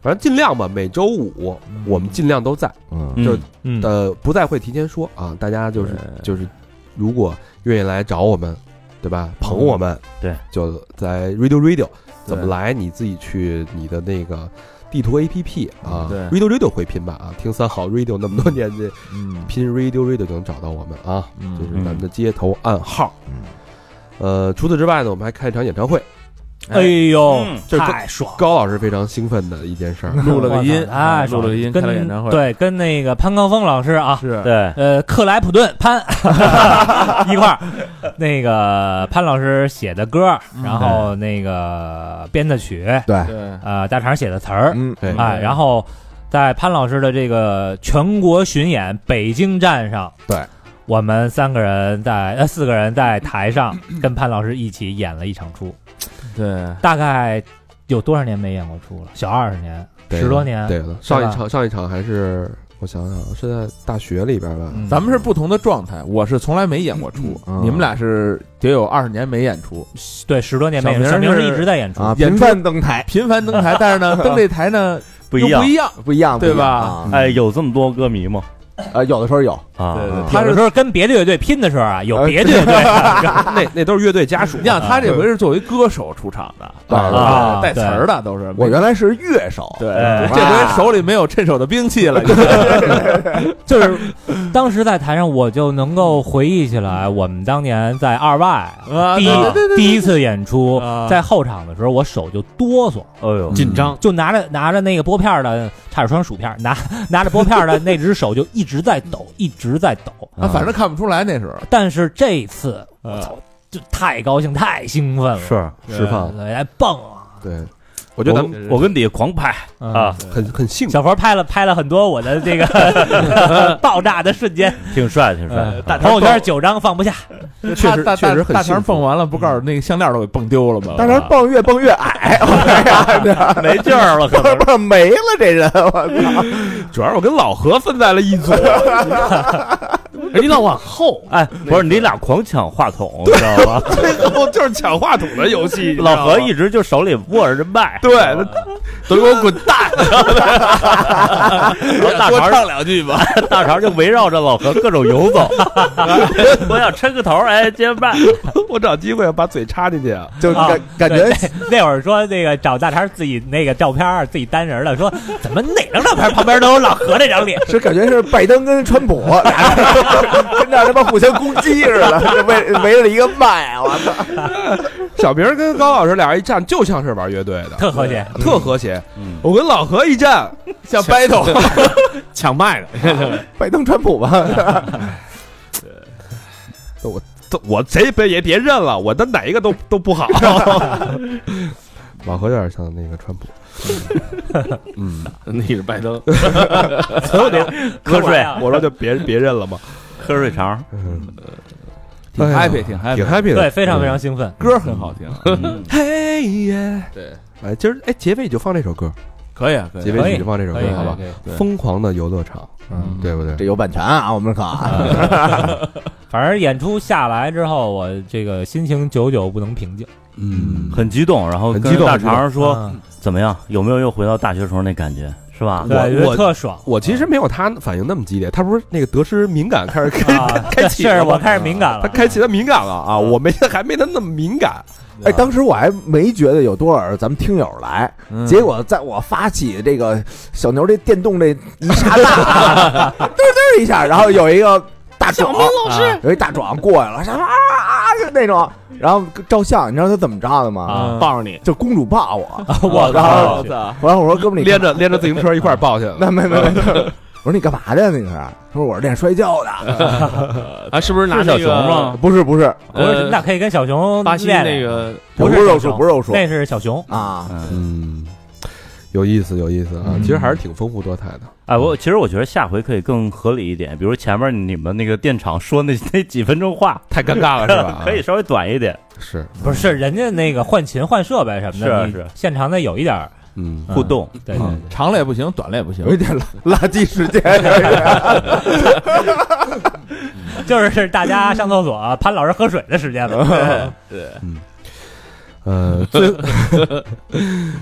反正尽量吧，每周五我们尽量都在，嗯嗯就嗯，呃，不在会提前说啊，大家就是对就是，如果愿意来找我们，对吧？捧我们，对，就在 Radio Radio 怎么来，你自己去你的那个地图 APP 啊对，Radio Radio 会拼吧啊，听三好 Radio 那么多年，这嗯拼 Radio Radio 就能找到我们啊，嗯，就是咱们的街头暗号。嗯呃，除此之外呢，我们还开一场演唱会，哎呦嗯，这太爽了！嗯高老师非常兴奋的一件事儿，录了个音嗯我，操太录爽了个音，开跟了演唱会，，对，跟那个潘高峰老师啊，是，对，呃，克莱普顿 潘一块儿，那个潘老师写的歌，嗯然后那个编的曲，对，对，呃，大肠写的词儿，嗯， 对，哎，然后在潘老师的这个全国巡演北京站上，对，我们三个人在呃四个人在 台上跟潘老师一起演了一场出，对，大概有多少年没演过出了？小二十年，对十多年对了，上一场上一场还是我想想啊，是在大学里边吧，嗯咱们是不同的状态，我是从来没演过出，嗯你们俩是得有二十年没演出，对十多年没演出，小小明明是一直在演出啊，演频出繁登台频繁登台，但是呢，登这台呢不又一样不。一样，不一样，对不一样吧啊哎，有这么多歌迷吗？呃，有的时候有，啊，对对嗯他有的是时候跟别的乐队拼的时候啊，有别的乐队啊 那那都是乐队家属你，想他这回是作为歌手出场的，啊带词儿的都是。我原来是乐手，对，呃哎这回手里没有趁手的兵器了，就是当时在台上，我就能够回忆起来，我们当年在二外啊第对对对对一第一次演出啊，在后场的时候，我手就哆嗦，哎呦，紧张，就拿着拿着那个拨片儿的，差点说成薯片儿，拿拿着拨片儿的那只手就一直在 抖，一直在抖。啊，反正看不出来那时候。但是这一次，我操，就太高兴，太兴奋了，呃哎是释放，来蹦啊！对，我觉得咱们我跟底下狂拍嗯啊，很很幸福。小佛拍了拍了很多我的 这个爆炸的瞬间，呃挺帅，啊挺帅。大朋友圈九张放不下，确实大确大实很大幸肠福蹦完了，不告诉那个项链都给蹦丢了吗？但是蹦越蹦越矮，哎我没劲儿了，可能操，没了这人，我操！主要是我跟老何分在了一组，人家老往后。哎，不是你俩狂抢话 筒，你知道吗？最后就是抢话筒的游戏。老何一直就手里握着这麦，对，都给我滚 蛋！然后大肠唱两句吧， 大肠就围绕着老何各种游 走。我想抻个头，哎，接麦，我找机会把嘴插进去啊！就啊感感觉对那那会儿说那个找大肠自己那个照片儿自己单人的，说怎么哪张照片旁边都有老何这张脸？是感觉是拜登跟川普俩人跟那儿他妈互相攻击似的，就围围着一个麦，我操！ 小明跟高老师俩人一站，就像是玩乐队的，特和谐， 特和谐。嗯我跟老何一站， 像 battle， 抢麦的，拜登川普吧，我谁别也别认了，我的哪一个 都都不好。老何有点像那个川普，嗯， 你是拜登，瞌睡，我说就别别认了嘛，瞌睡肠。嗯，挺哎呀 happy，挺 happy，挺 happy 的，对，非常非常兴奋。歌很好听，嗯嘿耶，对，哎，今儿哎结尾就放这首歌，可以啊，可以结啊。可尾以曲就放这首可以歌，好吧可以？对疯狂的游乐场，嗯对不对？这有版权啊，我们可啊反正演出下来之后，我这个心情久久不能平静。嗯很激动，然后很跟激动大很激动肠说嗯怎么样？有没有又回到大学时候那感觉？是吧？我对，觉我得特爽。我其实没有他反应那么激烈，他不是那个得失敏感开始 开啊，开启是了我吗？开始敏感他了。开启他敏感了啊，我没还没他那么敏感，哎，当时我还没觉得有多少咱们听友来，嗯结果在我发起这个小牛这电动这一刹那啊，嘚儿嘚儿一下，然后有一个大壮，啊有一大壮过来了，啥啊啊啊就那种，然后照相，你知道他怎么照的吗？啊，抱着你，就公主抱我，我然靠后！然后我说哥们儿你连着连着自行车一块儿抱去了。 那没没没，我说你干嘛去啊？那是，他说我是练摔跤的，啊，是不是拿是小那熊个？吗？ 不是不是，不是，呃那可以跟小熊巴西练那练个不是是小肉熊术，不是肉术那是小熊。啊，嗯，嗯，有意思，有意思啊，其实还是挺丰富多彩的。哎，我其实我觉得下回可以更合理一点，比如前面你们那个电厂说那那几分钟话，？太尴尬了，是吧 可以稍微短一点，是，不是人家那个换琴换设备什么的，是你是现场得有一点儿嗯，互动。对对对长了也不行，短了也不行有。一点垃垃圾时间，有一点就是大家上厕所、潘老师喝水的时间嘛。呃， 最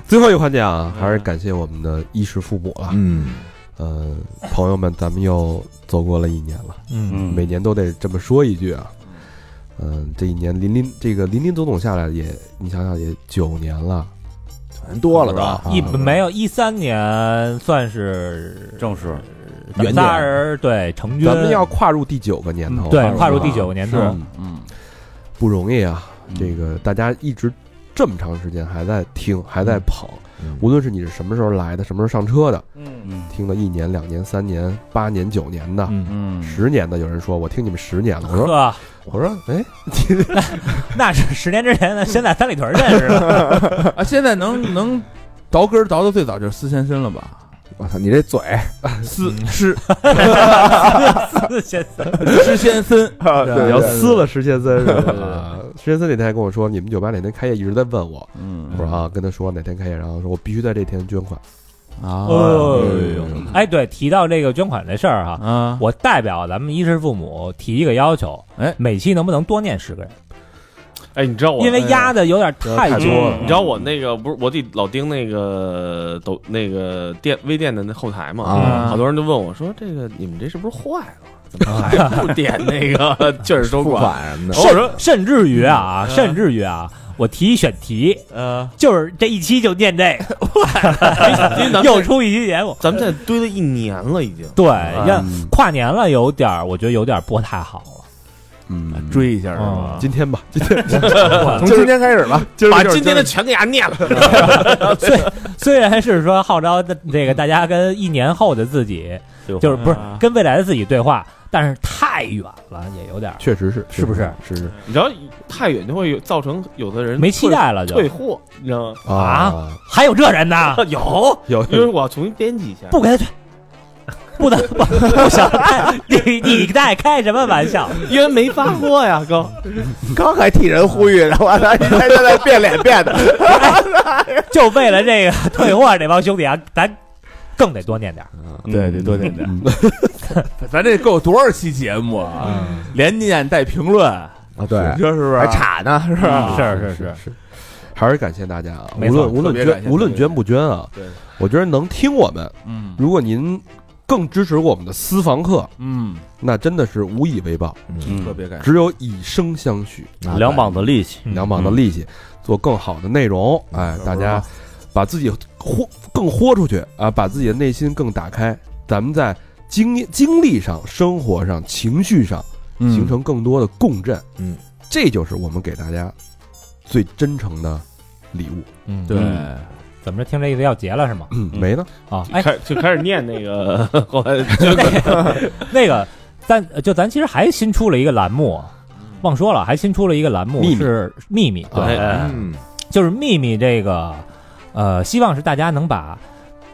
最后一个环节啊，还是感谢我们的衣食父母了。嗯。呃，朋友们，咱们又走过了一年了，嗯，每年都得这么说一句啊。嗯、这一年林林这个林林总总下来也，你想想也九年了，人多了吧都。？一没有一三年算是正式咱们仨人对成军，咱们要跨入第九个年头啊嗯了，对跨入第九个年头，嗯嗯，不容易啊。这个大家一直这么长时间还在听，还在捧，无论是你是什么时候来的，什么时候上车的，嗯，听了一年、两年、三年、八年、九年的，嗯 十年的，有人说我听你们十年了，我说呵，我说哎， 那是十年之前的，先在三里屯认识 的。啊，现在能能倒根儿倒的最早就是司先生了吧？我操，你这嘴司嗯师现在师 先森，你对要撕了石先森 是吧？石先森那天还跟我说，你们酒吧哪天开业，一直在问我，嗯我说啊，跟他说哪天开业，然后说我必须在这天捐款。嗯啊哦嗯呦哎，对，提到这个捐款这事儿哈，啊，我代表咱们衣食父母提一个要求，哎每期能不能多念十个人？哎，你知道我因为压哦的有点太嗯多了。你知道我那个不是我得老盯那个抖那个店微店的那后台嘛？啊好多人都问我说：“这个你们这是不是坏了？怎么还不点那个劲儿收付款款什么的，偶尔甚甚至于啊，甚至于啊，我提一选题，呃，就是这一期就念这 因为咱个，们又出一期节目。咱们现在堆了一年了，已经对，嗯要跨年了，有点儿我觉得有点儿不太好嗯，追一下了。是吧？嗯今天吧，今天从今天开始吧。把今天的全给它念了。虽虽然是说号召的这个大家跟一年后的自己，对啊就是不是跟未来的自己对话，但是太远了也有点儿确实是，是不是？是是你知道太远就会有造成有的人没期退待了就，退货，你知道吗？啊，还有这人呢？有有因为我要重新编辑一下，不给他退，不能不不行，你你在开什么玩笑？因为没发货呀，哥。刚还替人呼 吁呢，我操！你现在变脸变的，就为了这个退货这帮兄弟啊，咱更得多念点儿。对对，多点点。咱这够多少期节目啊？连念带评论，啊，对，你说是不是？还差呢，是嗯吧？啊是是是是是，还是感谢大家啊！无没错论无论特别感谢捐无论特别捐不捐啊对，我觉得能听我们，嗯如果您更支持我们的私房课，嗯，那真的是无以为报，嗯特别感谢。只有以声相许，啊两膀子力气，嗯两膀子力气，做更好的内容。嗯哎，大家把自己豁更豁出去啊，把自己的内心更打开，咱们在经验经历上、生活上、情绪上嗯形成更多的共振。嗯，这就是我们给大家最真诚的礼物。嗯，对，怎么着？听这意思要结了是吗？嗯，没呢，啊， 哎，开就开始念那个， 后来那个那个，咱就咱其实还新出了一个栏目，忘说了，还新出了一个栏目秘密是秘密，对，哎嗯，就是秘密这个，呃，希望是大家能把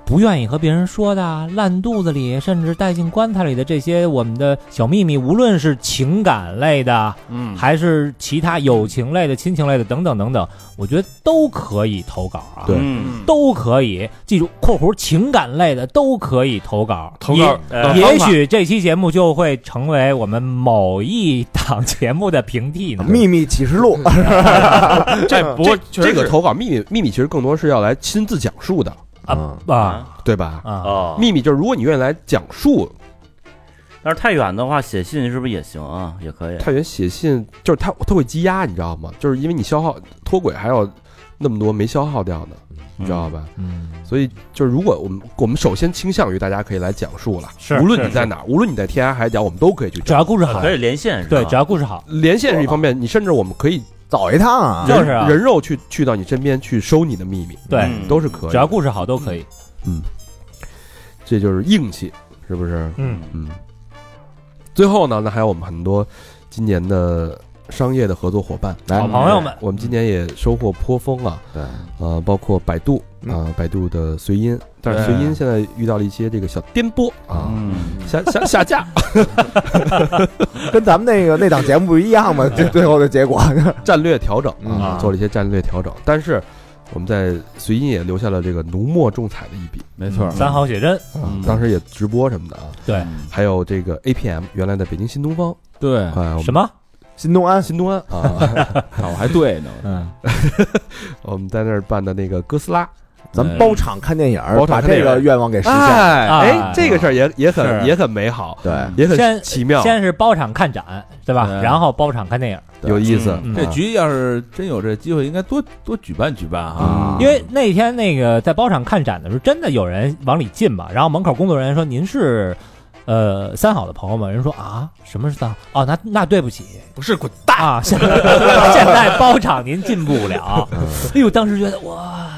不愿意和别人说的啊、烂肚子里，甚至带进棺材里的这些我们的小秘密，无论是情感类的，嗯，还是其他友情类的、亲情类的等等等等，我觉得都可以投稿啊。对嗯，都可以记住（括弧情感类的都可以投稿），投稿哎也也许这期节目就会成为我们某一档节目的平替呢。秘密启示录，这不过确实这个是投稿秘密秘密其实更多是要来亲自讲述的，啊啊对吧？啊！哦，秘密就是如果你愿意来讲述，但是太远的话，写信是不是也行啊？也可以。太原写信就是他他会积压，你知道吗？就是因为你消耗脱轨还有那么多没消耗掉呢，你知道吧？嗯，所以就是如果我们我们首先倾向于大家可以来讲述了，是无论你在哪儿，无论你在天涯海角，我们都可以去只讲。要故事好，啊可以连线是吧？对，只要故事好，连线是一方面，你甚至我们可以走一趟啊！就是啊人肉去去到你身边去收你的秘密，对嗯都是可以的。只要故事好都可以。这就是硬气，是不是？嗯，嗯。最后呢，那还有我们很多今年的商业的合作伙伴，来好朋友们，我们今年也收获颇丰啊。对，呃，包括百度嗯啊、百度的随音，但是随音现在遇到了一些这个小颠簸啊，嗯，下下下架， 跟咱们那个那档节目不一样嘛，最最后的结果， 战略调整嗯啊，做了一些战略调整，但是我们在随音也留下了这个浓墨重彩的一笔没错，三好写真，啊嗯，当时也直播什么的啊，对，还有这个 APM 原来的北京新东方对，啊，我们哎什么？新东安，新东安啊， 我还对呢，嗯，我们在那儿办的那个哥斯拉，咱们包场看电影儿，包把场看电这影个愿望给实现。哎哎哎，这个事儿也也很是也很美好，对，也先很奇妙，先是包场看展，对吧？对然后包场看电影，有意思，嗯这啊局要是真有这机会，应该多多举办举办啊啊。因为那天那个在包场看展的时候，真的有人往里进嘛，然后门口工作人员说：“您是，呃，三好的朋友吗？”人说：“啊，什么是三好？哦，那那对不起，不是滚蛋，啊，现 在现在包场您进不了。”嗯哎呦，当时觉得哇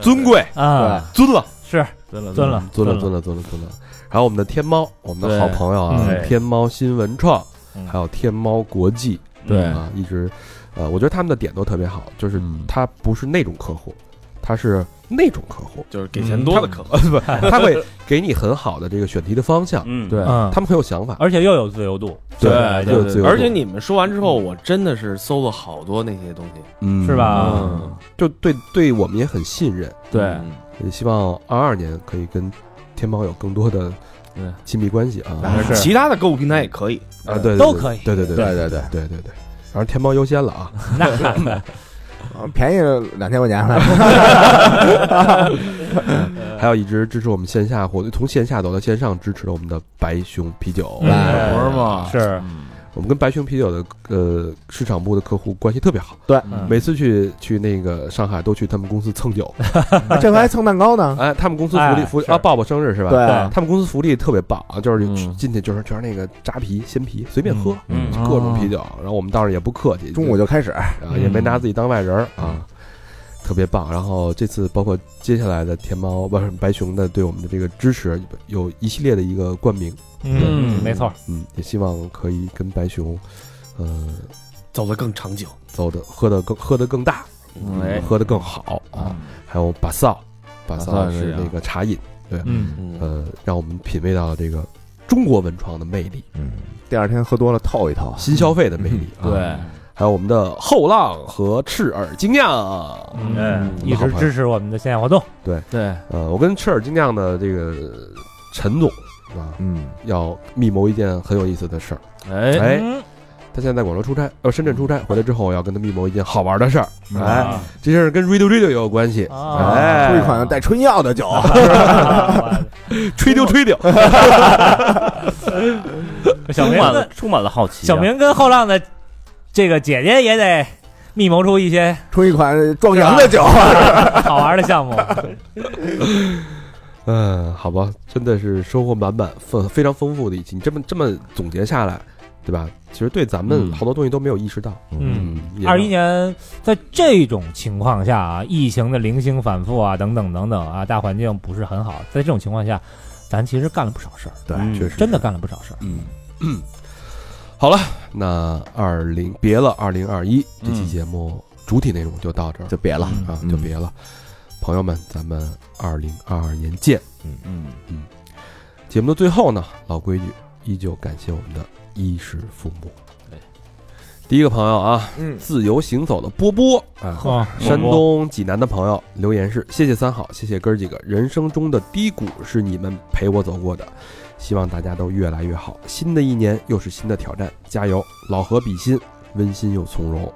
尊贵啊，尊了。是尊了尊了尊嗯了，尊尊了，尊了，尊了。还有我们的天猫，我们的好朋友啊对，嗯天猫新文创嗯，还有天猫国际嗯对，啊，一直，呃，我觉得他们的点都特别好，就是嗯他不是那种客户，他是那种客户，就是给钱多的客户。呃， 不，他会给你很好的这个选题的方向，嗯，对嗯，他们很有想法，而且又有自由度，对嗯又有自由度，而且你们说完之后，我真的是搜了好多那些东西。嗯是吧嗯，就对对我们也很信任，对，也希望二二年可以跟天猫有更多的对亲密关系啊，啊是其他的购物平台也可以。啊，对，对呃都可以对对对对对对对对对，反正天猫优先了啊。那啊便宜了两千块钱了。嗯还有一直支持我们线下活动，从线下走到线上支持我们的白熊啤酒。嗯哎不是嘛？是我们跟白熊啤酒的呃市场部的客户关系特别好，对嗯每次去去那个上海都去他们公司蹭酒。 啊 啊这回还蹭蛋糕呢。哎，他们公司福利哎福利是啊，抱抱生日是吧？对对他们公司福利特别棒啊，就是嗯进去就是全是那个扎啤、鲜啤，随便喝，嗯就哦各种啤酒。然后我们倒是也不客气，嗯中午就开始，啊也没拿自己当外人儿啊。特别棒。然后这次包括接下来的天猫不是白熊的对我们的这个支持，有一系列的一个冠名，嗯，没错，嗯，也希望可以跟白熊，呃，走得更长久。走的喝的更喝的更大，哎，喝的更好啊。还有巴萨，巴萨萨是是啊那个茶饮，嗯，嗯，呃，让我们品味到了这个中国文创的魅力，第二天喝多了透一透，新消费的魅力。啊，嗯对，还有我们的后浪和赤耳精酿。嗯，嗯一直支持我们的线下活动，对，呃，我跟赤耳精酿的这个陈总啊，嗯，要密谋一件很有意思的事儿。哎，哎，他现在在广州出差，呃，深圳出差，回来之后我要跟他密谋一件好玩的事儿。啊哎，这事儿跟 Radio Radio 也有关系。嗯啊哎，出一款带春药的酒，吹丢吹丢，小充明满跟了充满了好奇啊、小明跟后浪的这个姐姐也得密谋出一些出一款壮阳的酒，好玩的项目，嗯，好吧，真的是收获满满，丰非常丰富的一期。你这么这么总结下来，对吧？其实对咱们嗯好多东西都没有意识到。嗯。也二一年，在这种情况下啊，疫情的零星反复啊，等等等等啊，大环境不是很好，在这种情况下，咱其实干了不少事儿，对嗯确实真的干了不少事儿。那二零别了，二零二一这期嗯节目主体内容就到这儿就别了。啊，嗯就别了。朋友们，咱们二零二二年见。嗯，节目的最后呢，老规矩，依旧感谢我们的衣食父母。第一个朋友啊，嗯自由行走的波波啊，啊，山东济南的朋友留言是：谢谢三好，谢谢哥儿几个，人生中的低谷是你们陪我走过的，希望大家都越来越好。新的一年又是新的挑战，加油！老何比心，温馨又从容。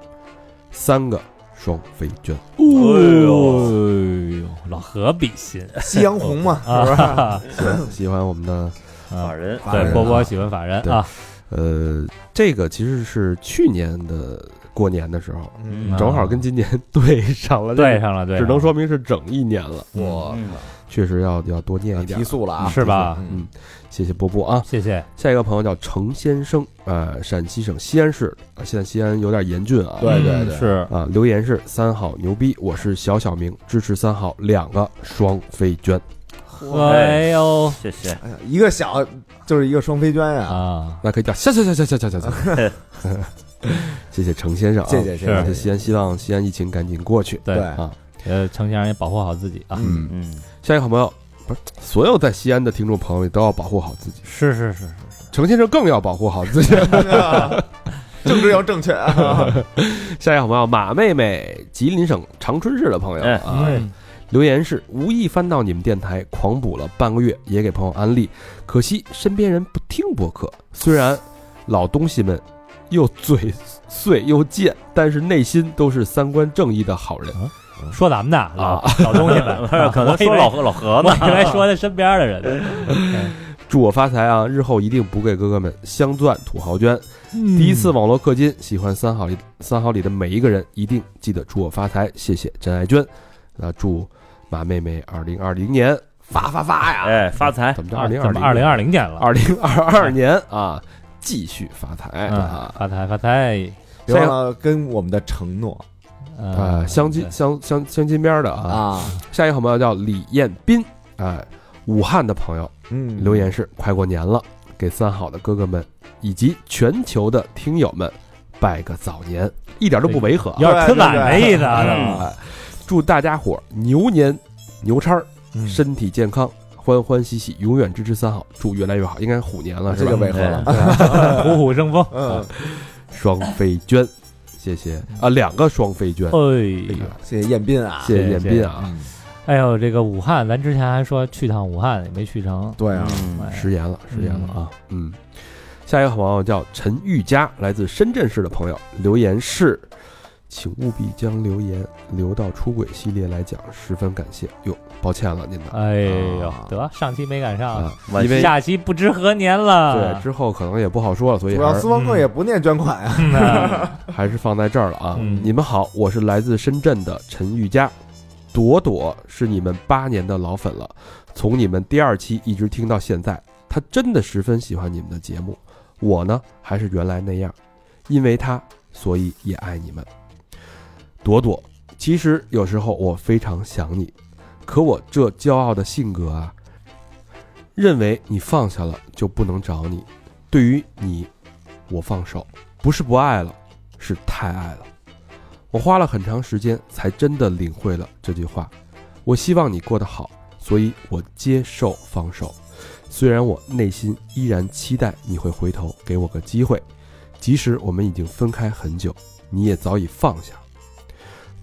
三个双飞娟，哎呦，老何比心夕阳红嘛，啊是吧？ 喜欢我们的法人法人对，啊波波喜欢法人对啊，呃，这个其实是去年的过年的时候，嗯正好跟今年对上了，对，上了，对，只能说明是整一年了。我确实要要多念一点提。速嗯了啊，是吧？嗯，谢谢波波啊，谢谢，下一个朋友叫程先生，呃，陕西省西安市，呃现在西安有点严峻啊。对对对，是啊，留言是三好牛逼，我是小小明，支持三好两个双飞娟，哎呦谢谢，哎呀，一个小就是一个双飞娟呀，啊，那可以叫下下下下下下 下下。谢谢程先生啊，谢谢谢谢谢谢西谢，安，希望西安疫情赶紧过去。对对啊，呃，程先生也保护好自己啊，嗯，嗯，下一个好朋友不是所有在西安的听众朋友都要保护好自己，是是是，程先生更要保护好自己。 政治要正确 啊，下一个好朋友马妹妹，吉林省长春市的朋友哎啊，嗯留言是无意翻到你们电台，狂补了半个月，也给朋友安利，可惜身边人不听播客。虽然老东西们又嘴碎又贱，但是内心都是三观正义的好人。说咱们的老老东西 们，啊可能我以说为老何老何我呢，哎以为说他身边 的人，祝我发财啊！日后一定不给哥哥们镶钻土豪捐。第第一次网络氪金，喜欢三好里三好里的每一个人，一定记得祝我发财，谢谢真爱娟。那祝马妹妹二零二零年发发发呀！哎，发财，怎么着？二二零嗯啊怎么二零二二零年了？二零二二年啊，继续发财嗯啊！发财发财，呃别忘了跟我们的承诺啊，相嗯亲相相相亲边儿的啊，啊，下一个好朋友叫李彦斌，哎，武汉的朋友嗯，留言是：快过年了，给三好的哥哥们以及全球的听友们拜个早年，一点都不违和啊。有点春晚的意思啊，对对对嗯哎，祝大家伙儿牛年牛叉儿，嗯 身体健康，欢欢喜喜，永远支持三好，祝越来越好。应该是虎年了，是啊嗯这吧？嗯就违和了，哎虎虎生风。嗯，双飞娟，谢谢啊，两个双飞娟，哎呦，谢谢彦斌啊，谢谢彦斌啊，嗯哎呦，这个武汉，咱之前还说去趟武汉，也没去成。对啊，哎食言了，食言了啊，嗯。下一个好朋友叫陈玉佳，来自深圳市的朋友留言是，请务必将留言留到出轨系列来讲，十分感谢。哟，抱歉了您的哎呦啊，得上期没赶上，啊，因为下期不知何年了。对之后可能也不好说了，所以主还要是斯嗯旺克也不念捐款啊， 还是放在这儿了啊！嗯你们好，我是来自深圳的陈玉佳，朵朵是你们八年的老粉了，从你们第二期一直听到现在，她真的十分喜欢你们的节目。我呢，还是原来那样，因为她，所以也爱你们。朵朵，其实有时候我非常想你，可我这骄傲的性格啊，认为你放下了就不能找你。对于你，我放手，不是不爱了，是太爱了。我花了很长时间才真的领会了这句话。我希望你过得好，所以我接受放手。虽然我内心依然期待你会回头给我个机会，即使我们已经分开很久，你也早已放下。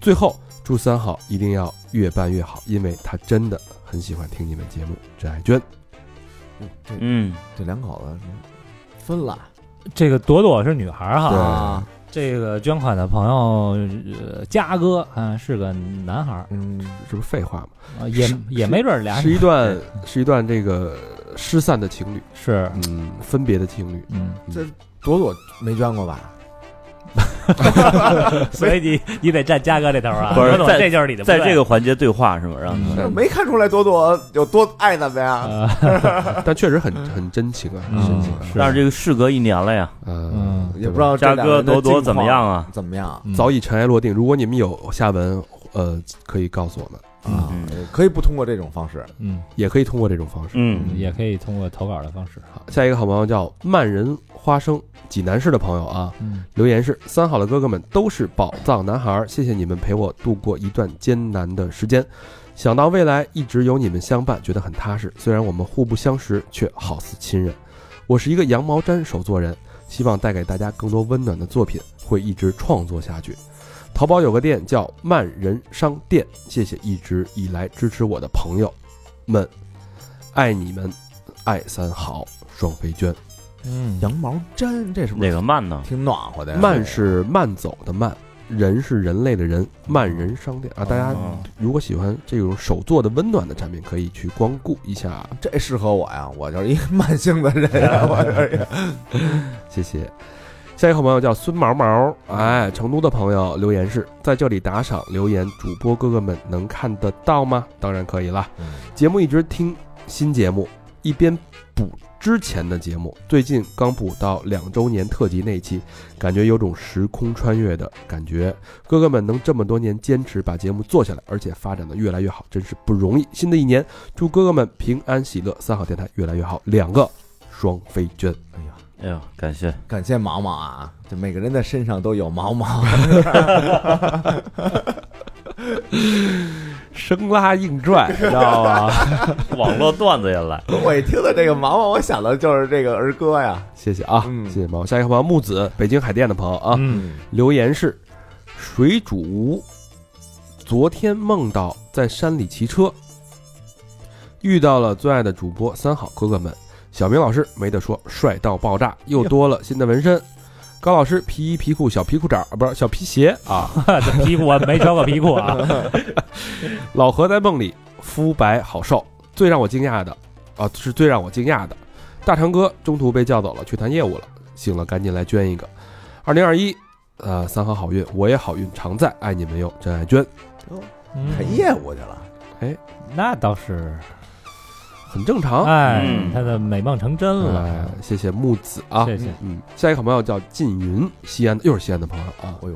最后，祝三好一定要越办越好，因为他真的很喜欢听你们节目。真爱娟，嗯， 这两口子分了这个朵朵是女孩儿哈，啊，这个捐款的朋友呃嘉哥啊是个男孩儿，嗯，这不是废话吗？啊也是也没准儿俩是一段是一段这个失散的情侣，是嗯，分别的情侣，嗯，朵朵没捐过吧？ 所以你你得站嘉哥这头啊，不是朵朵在这就是你的不在对，这个环节对话是吧？让他没看出来朵朵有多爱咱们呀？呃 但确实很很真情啊，很真情啊，但是这个事隔一年了呀，呃嗯，也不知道这嘉两个哥人的朵朵近怎么况样啊？怎么样？嗯早已尘埃落定。如果你们有下文，呃，可以告诉我们，啊嗯，可以不通过这种方式。嗯也可以通过这种方式。嗯，也可以通过投稿的方式，好，下一个好朋友叫慢人花生，济南市的朋友啊，嗯留言是：三好的哥哥们都是宝藏男孩儿，谢谢你们陪我度过一段艰难的时间。想到未来一直有你们相伴，觉得很踏实。虽然我们互不相识，却好似亲人。我是一个羊毛毡手作人，希望带给大家更多温暖的作品，会一直创作下去。淘宝有个店叫慢人商店，谢谢一直以来支持我的朋友们，爱你们，爱三好双飞娟。嗯羊毛毡，这是不哪是个慢呢？挺暖和的呀？慢是慢走的慢，人是人类的人，慢人商店啊！大嗯家哦如果喜欢这种手做的温暖的产品，可以去光顾一下。这适合我呀，我就是一个 慢性的人呀，我就是一个谢谢。下一个好朋友叫孙毛毛，哎，成都的朋友留言是在这里打赏留言，主播哥哥们能看得到吗？当然可以啦。节目一直听新节目，一边补之前的节目，最近刚补到两周年特辑那期，感觉有种时空穿越的感觉。哥哥们能这么多年坚持把节目做下来，而且发展的越来越好，真是不容易。新的一年，祝哥哥们平安喜乐，三好电台越来越好。两个双飞娟。哎呦，感谢，感谢毛毛啊，这每个人的身上都有毛毛。 生拉硬拽，知道吧？网络段子也来，我一听到这个毛毛，我想到就是这个儿歌呀。谢谢啊，嗯谢谢毛。下一个朋友木子，北京海淀的朋友啊，嗯，留言是：水煮吴，昨天梦到在山里骑车，遇到了最爱的主播三好哥哥们，小明老师没得说，帅到爆炸，又多了新的纹身。高老师皮衣皮裤小皮裤衩啊，不是小皮鞋啊。 这皮裤我没穿过皮裤 啊，老何在梦里肤白好瘦，最让我惊讶的啊，是最让我惊讶的。大长哥中途被叫走了，去谈业务了，醒了赶紧来捐一个。二零二一，呃，三好好运，我也好运常在，爱你们哟，真爱娟，嗯谈业务去了，那倒是，很正常。啊哎嗯，他的美梦成真嗯哎了，谢谢木子啊，谢谢，嗯，下一个好朋友叫靳云，西安的，又是西安的朋友啊。哎呦，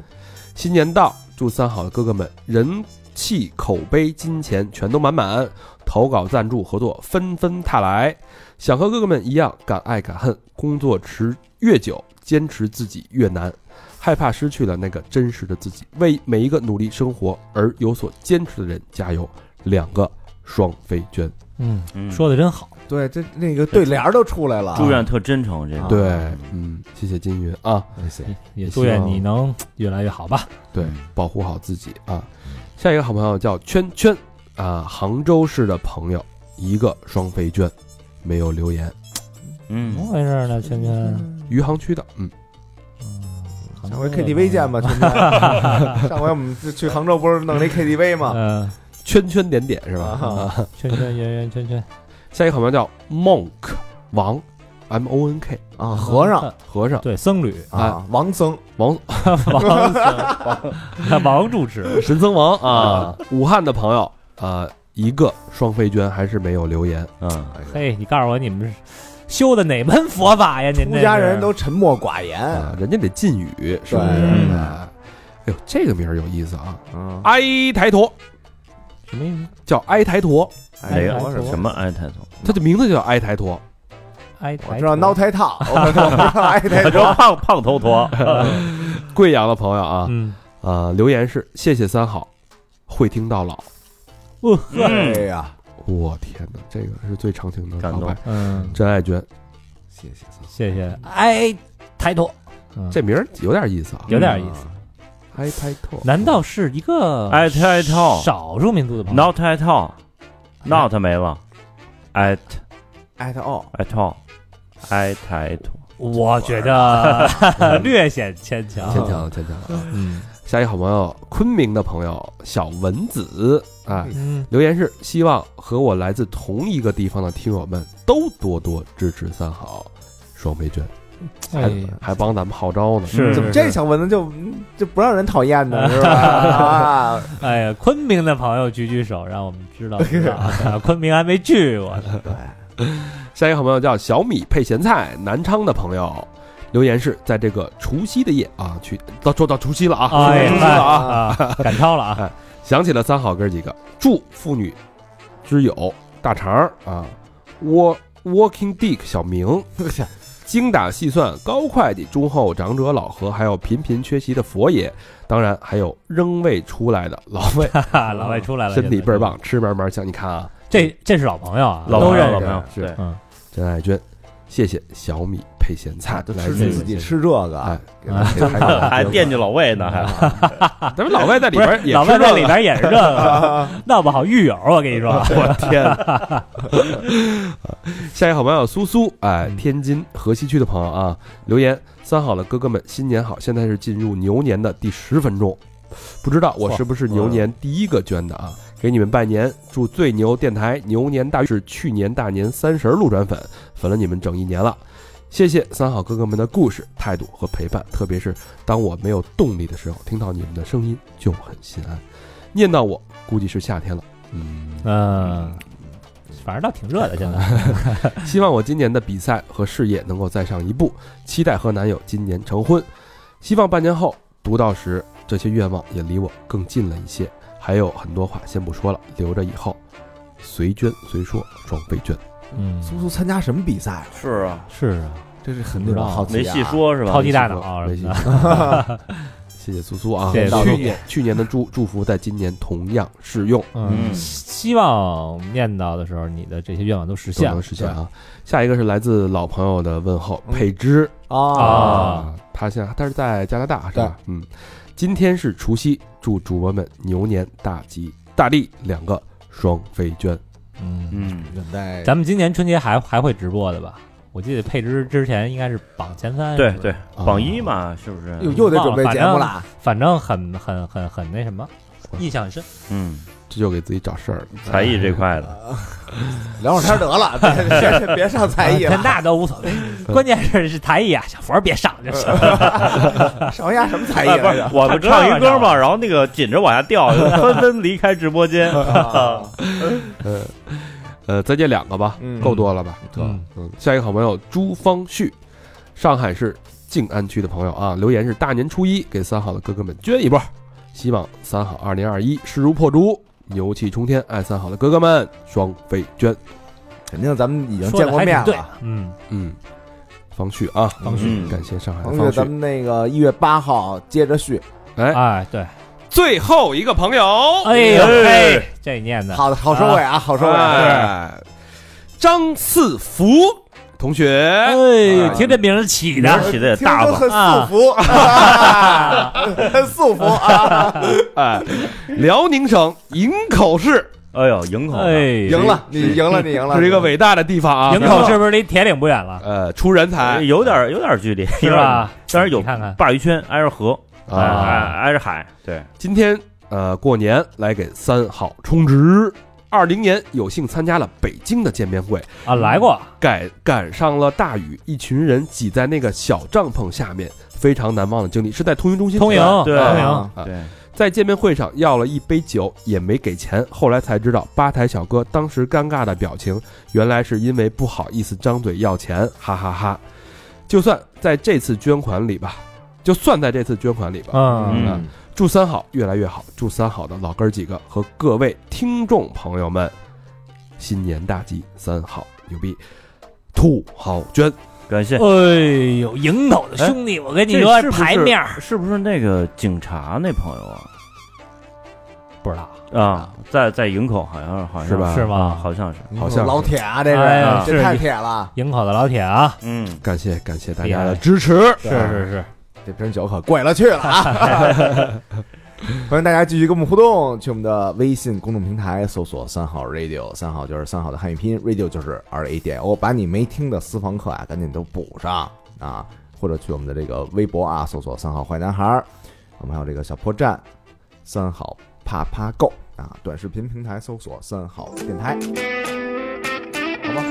新年到，祝三好的哥哥们人气、口碑、金钱全都满满，投稿、赞助、合作纷纷踏来。想和哥哥们一样敢爱敢恨，工作持越久，坚持自己越难，害怕失去了那个真实的自己。为每一个努力生活而有所坚持的人加油！两个双飞娟，嗯，嗯，说的真好，对，这那个对联儿都出来了啊。祝愿特真诚，这个对，嗯，谢啊谢金云啊。哎行也也祝愿希望你能越来越好吧。对，保护好自己啊。下一个好朋友叫圈圈啊，杭州市的朋友，一个双飞娟，没有留言，怎么嗯，哦回事呢，圈圈？余杭区的，嗯，上回 KTV 见吧，兄弟。 上回我们去杭州不是弄了一 KTV 吗？嗯，圈圈点点是吧？啊啊，圈圈圆圆圈圈下一个好朋友叫 Monk 王，M O N K 啊，和尚呃和尚对僧侣啊，王僧王王僧王主持，神僧王啊，武汉的朋友啊，一个双飞娟还是没有留言，嗯，嘿，哎你告诉我你们是修的哪门佛法呀？您出这家是啊人都沉默寡言，啊，人家得禁语是不是？对嗯啊哎呦，这个名儿有意思啊，嗯，埃台陀什么意思？叫埃台陀，哎呀埃台陀，什么埃台陀？它的名字就叫埃台陀。哎，我知道挠台套，我知道挨台我套。说 胖胖头陀，贵阳的朋友啊，嗯，呃，留言是谢谢三好，会听到老。嗯哎呀，我天哪，这个是最长情的感告动白。嗯，真爱娟，谢谢。谢谢，哎，抬头，嗯这名儿有点意思啊，有点意思。埃台陀。难道是一个埃台套少数民族的朋友？ ，not at all，not 没了，at 艾特哦， at all，埃台陀。我觉得 略显牵强。牵啊强了，牵强了啊！嗯，下一个好朋友，昆明的朋友小蚊子啊，嗯，留言是希望和我来自同一个地方的听友们都多多支持三好双倍券，还哎，还帮咱们号召呢。嗯是怎么这小蚊子就就不让人讨厌呢？是吧？啊， 哎呀，昆明的朋友举举手，让我们知道知道啊昆明还没去过呢。下一个好朋友叫小米配咸菜，南昌的朋友留言是在这个除夕的夜啊，去到说到除夕了 啊，说到哎除夕了啊，啊，赶超了啊！想起了三好哥几个，祝妇女之友大肠儿啊，窝 Walking Dick 小明，精打细算高会计忠厚长者老何，还有频频缺席的佛爷，当然还有仍未出来的老魏，哈啊老外出来了，身体倍儿现棒，吃嘛嘛香。你看啊，在。这这是老朋友啊，老都朋友，认老识朋。友，是对真爱娟，谢谢小米配咸啊菜，来吃自自己吃这哎个，，给他给他 一个还哎惦记老魏呢，还咱们老外在里不是边也老吃啊外这在个里边也是这个， 闹不好狱友，我跟你说，我天！ 下一个好朋友苏苏，哎，天津河西区的朋友啊，留言三好了，哥哥们新年好！现在是进入牛年的第十分钟，不知道我是不是牛年第一个捐的啊？给你们拜年，祝最牛电台牛年大运是去年大年三十儿路转粉，粉了你们整一年了。谢谢三好哥哥们的故事、态度和陪伴，特别是当我没有动力的时候，听到你们的声音就很心安。念到我，估计是夏天了。嗯，嗯，反正倒挺热的，现在希望我今年的比赛和事业能够再上一步，期待和男友今年成婚。希望半年后读到时，这些愿望也离我更近了一些。还有很多话先不说了，留着以后随捐随说，双倍捐。嗯，苏苏参加什么比赛了？是啊，是啊，这是很令人好奇啊没细，说是吧？超级大脑没戏什么的， 谢谢苏苏啊！谢谢苏苏去年去年的祝祝福在今年同样适用，嗯，嗯希望念叨的时候，你的这些愿望都实都现了能，实现啊！下一个是来自老朋友的问候，嗯佩芝。啊！啊！，他现在他是在加拿大是对吧？嗯，今天是除夕，祝主播们牛年大吉大利，两个双飞娟。嗯，嗯，在咱们今年春节还还会直播的吧？我记得配置之前应该是榜前三，对是吧对，，哦榜一嘛，是不是？又又得准备节目忘了了，反正很很很很那什么，印象很深。嗯，这就给自己找事儿了。才艺这块的，聊会儿天得了，别别别上才艺啊了，那倒无所谓，嗯关键是是才艺啊，小佛儿别上 就行。上下什么才艺 哎，不是来，着？我们唱一歌嘛，然后那个紧着往下掉， 纷纷离开直播间。啊呃呃，再借两个吧，嗯够多了吧？嗯嗯，下一个好朋友朱方旭，上海市静安区的朋友啊，留言是大年初一给三好的哥哥们捐一波，希望三好二零二一势如破竹，牛气冲天，爱三好的哥哥们双飞娟。肯定咱们已经说见的过还面挺对了。，嗯，嗯，方旭啊，方旭嗯感谢上海的同方学，旭咱。们那个一月八号接着续。哎，哎对，最后一个朋友，哎呦哎，这念的好的，好收尾啊，好收尾啊。哎，张四福同学，哎，听这名儿起名的儿，起的也听着大都方，很素服， 很素服啊！哎，辽宁省营口市哎呦，营口的，哎，赢了，你赢了，你赢了，是一个伟大的地方啊，营口是不是离铁岭不远了？呃出人才哎有点有点距离，是有点吧？但是有你看看，鲅鱼圈挨着河，哎啊！挨挨着海，对，今天呃过年来给三好充值。二零年有幸参加了北京的见面会，啊，来过，赶赶上了大雨，一群人挤在那个小帐篷下面，非常难忘的经历是在通云中心。通营，对通营啊，啊对，在见面会上要了一杯酒，也没给钱。后来才知道，吧台小哥当时尴尬的表情，原来是因为不好意思张嘴要钱，哈哈哈就算在这次捐款里吧，就算在这次捐款里吧，啊嗯，嗯，祝三好越来越好，祝三好的老哥儿几个和各位听众朋友们，新年大吉，三好牛逼，兔好娟，感哦谢。哎呦，营头的兄弟，我跟你这说是不是牌面儿是不是那个警察那朋友啊？不知道啊，在在营口好像是，好像是吧是啊，吗？好像是，好像老铁啊，这哎呀是这是太铁了，营口的老铁啊，嗯，感谢感谢大厉家害的支持，是啊是是，这瓶酒可贵了去了啊！ 欢迎大家继续跟我们互动，去我们的微信公众平台搜索“三好 radio”，三好就是三好的汉语拼音，radio 就是 R A D I O，把你没听的私房课啊，赶紧都补上啊！或者去我们的这个微博啊，搜索“三好坏男孩儿”，我们还有这个小破站“三好啪啪购”啊，短视频平台搜索“三好电台”，好吧？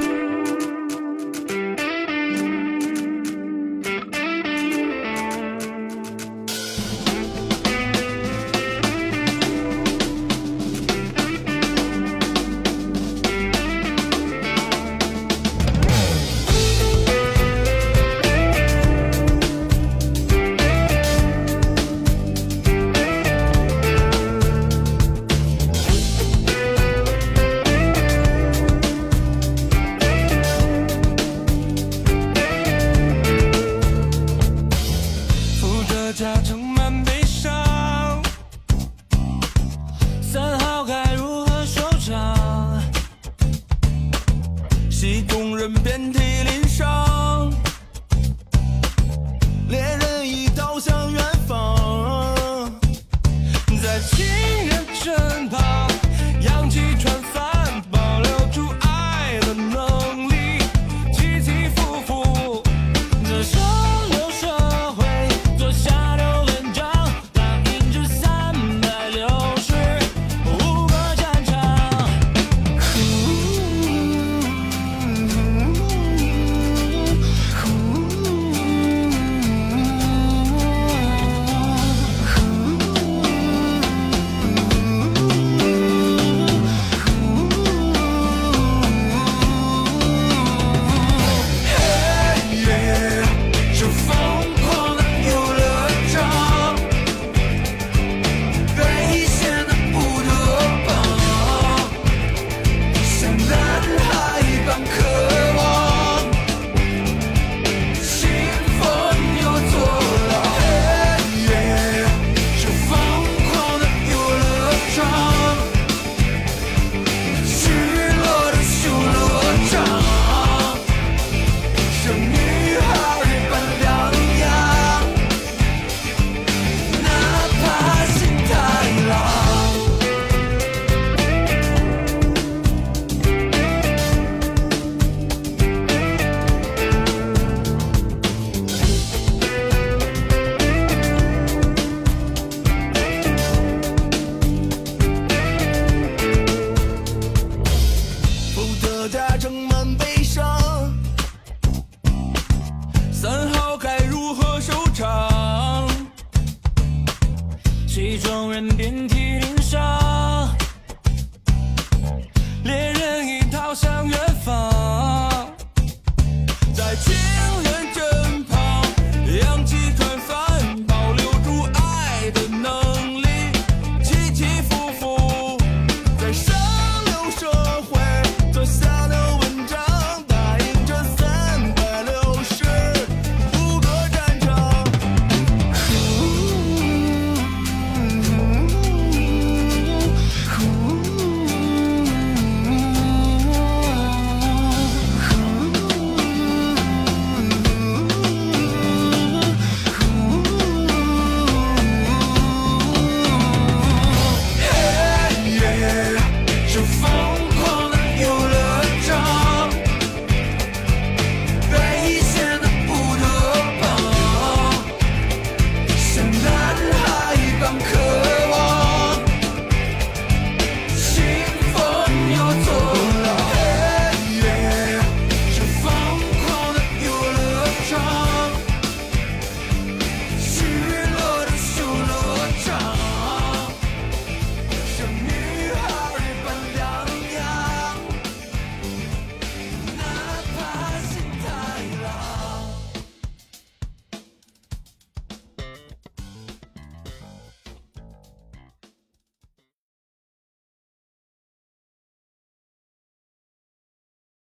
扶着家充满悲伤。三好该如何收场？戏弄人遍体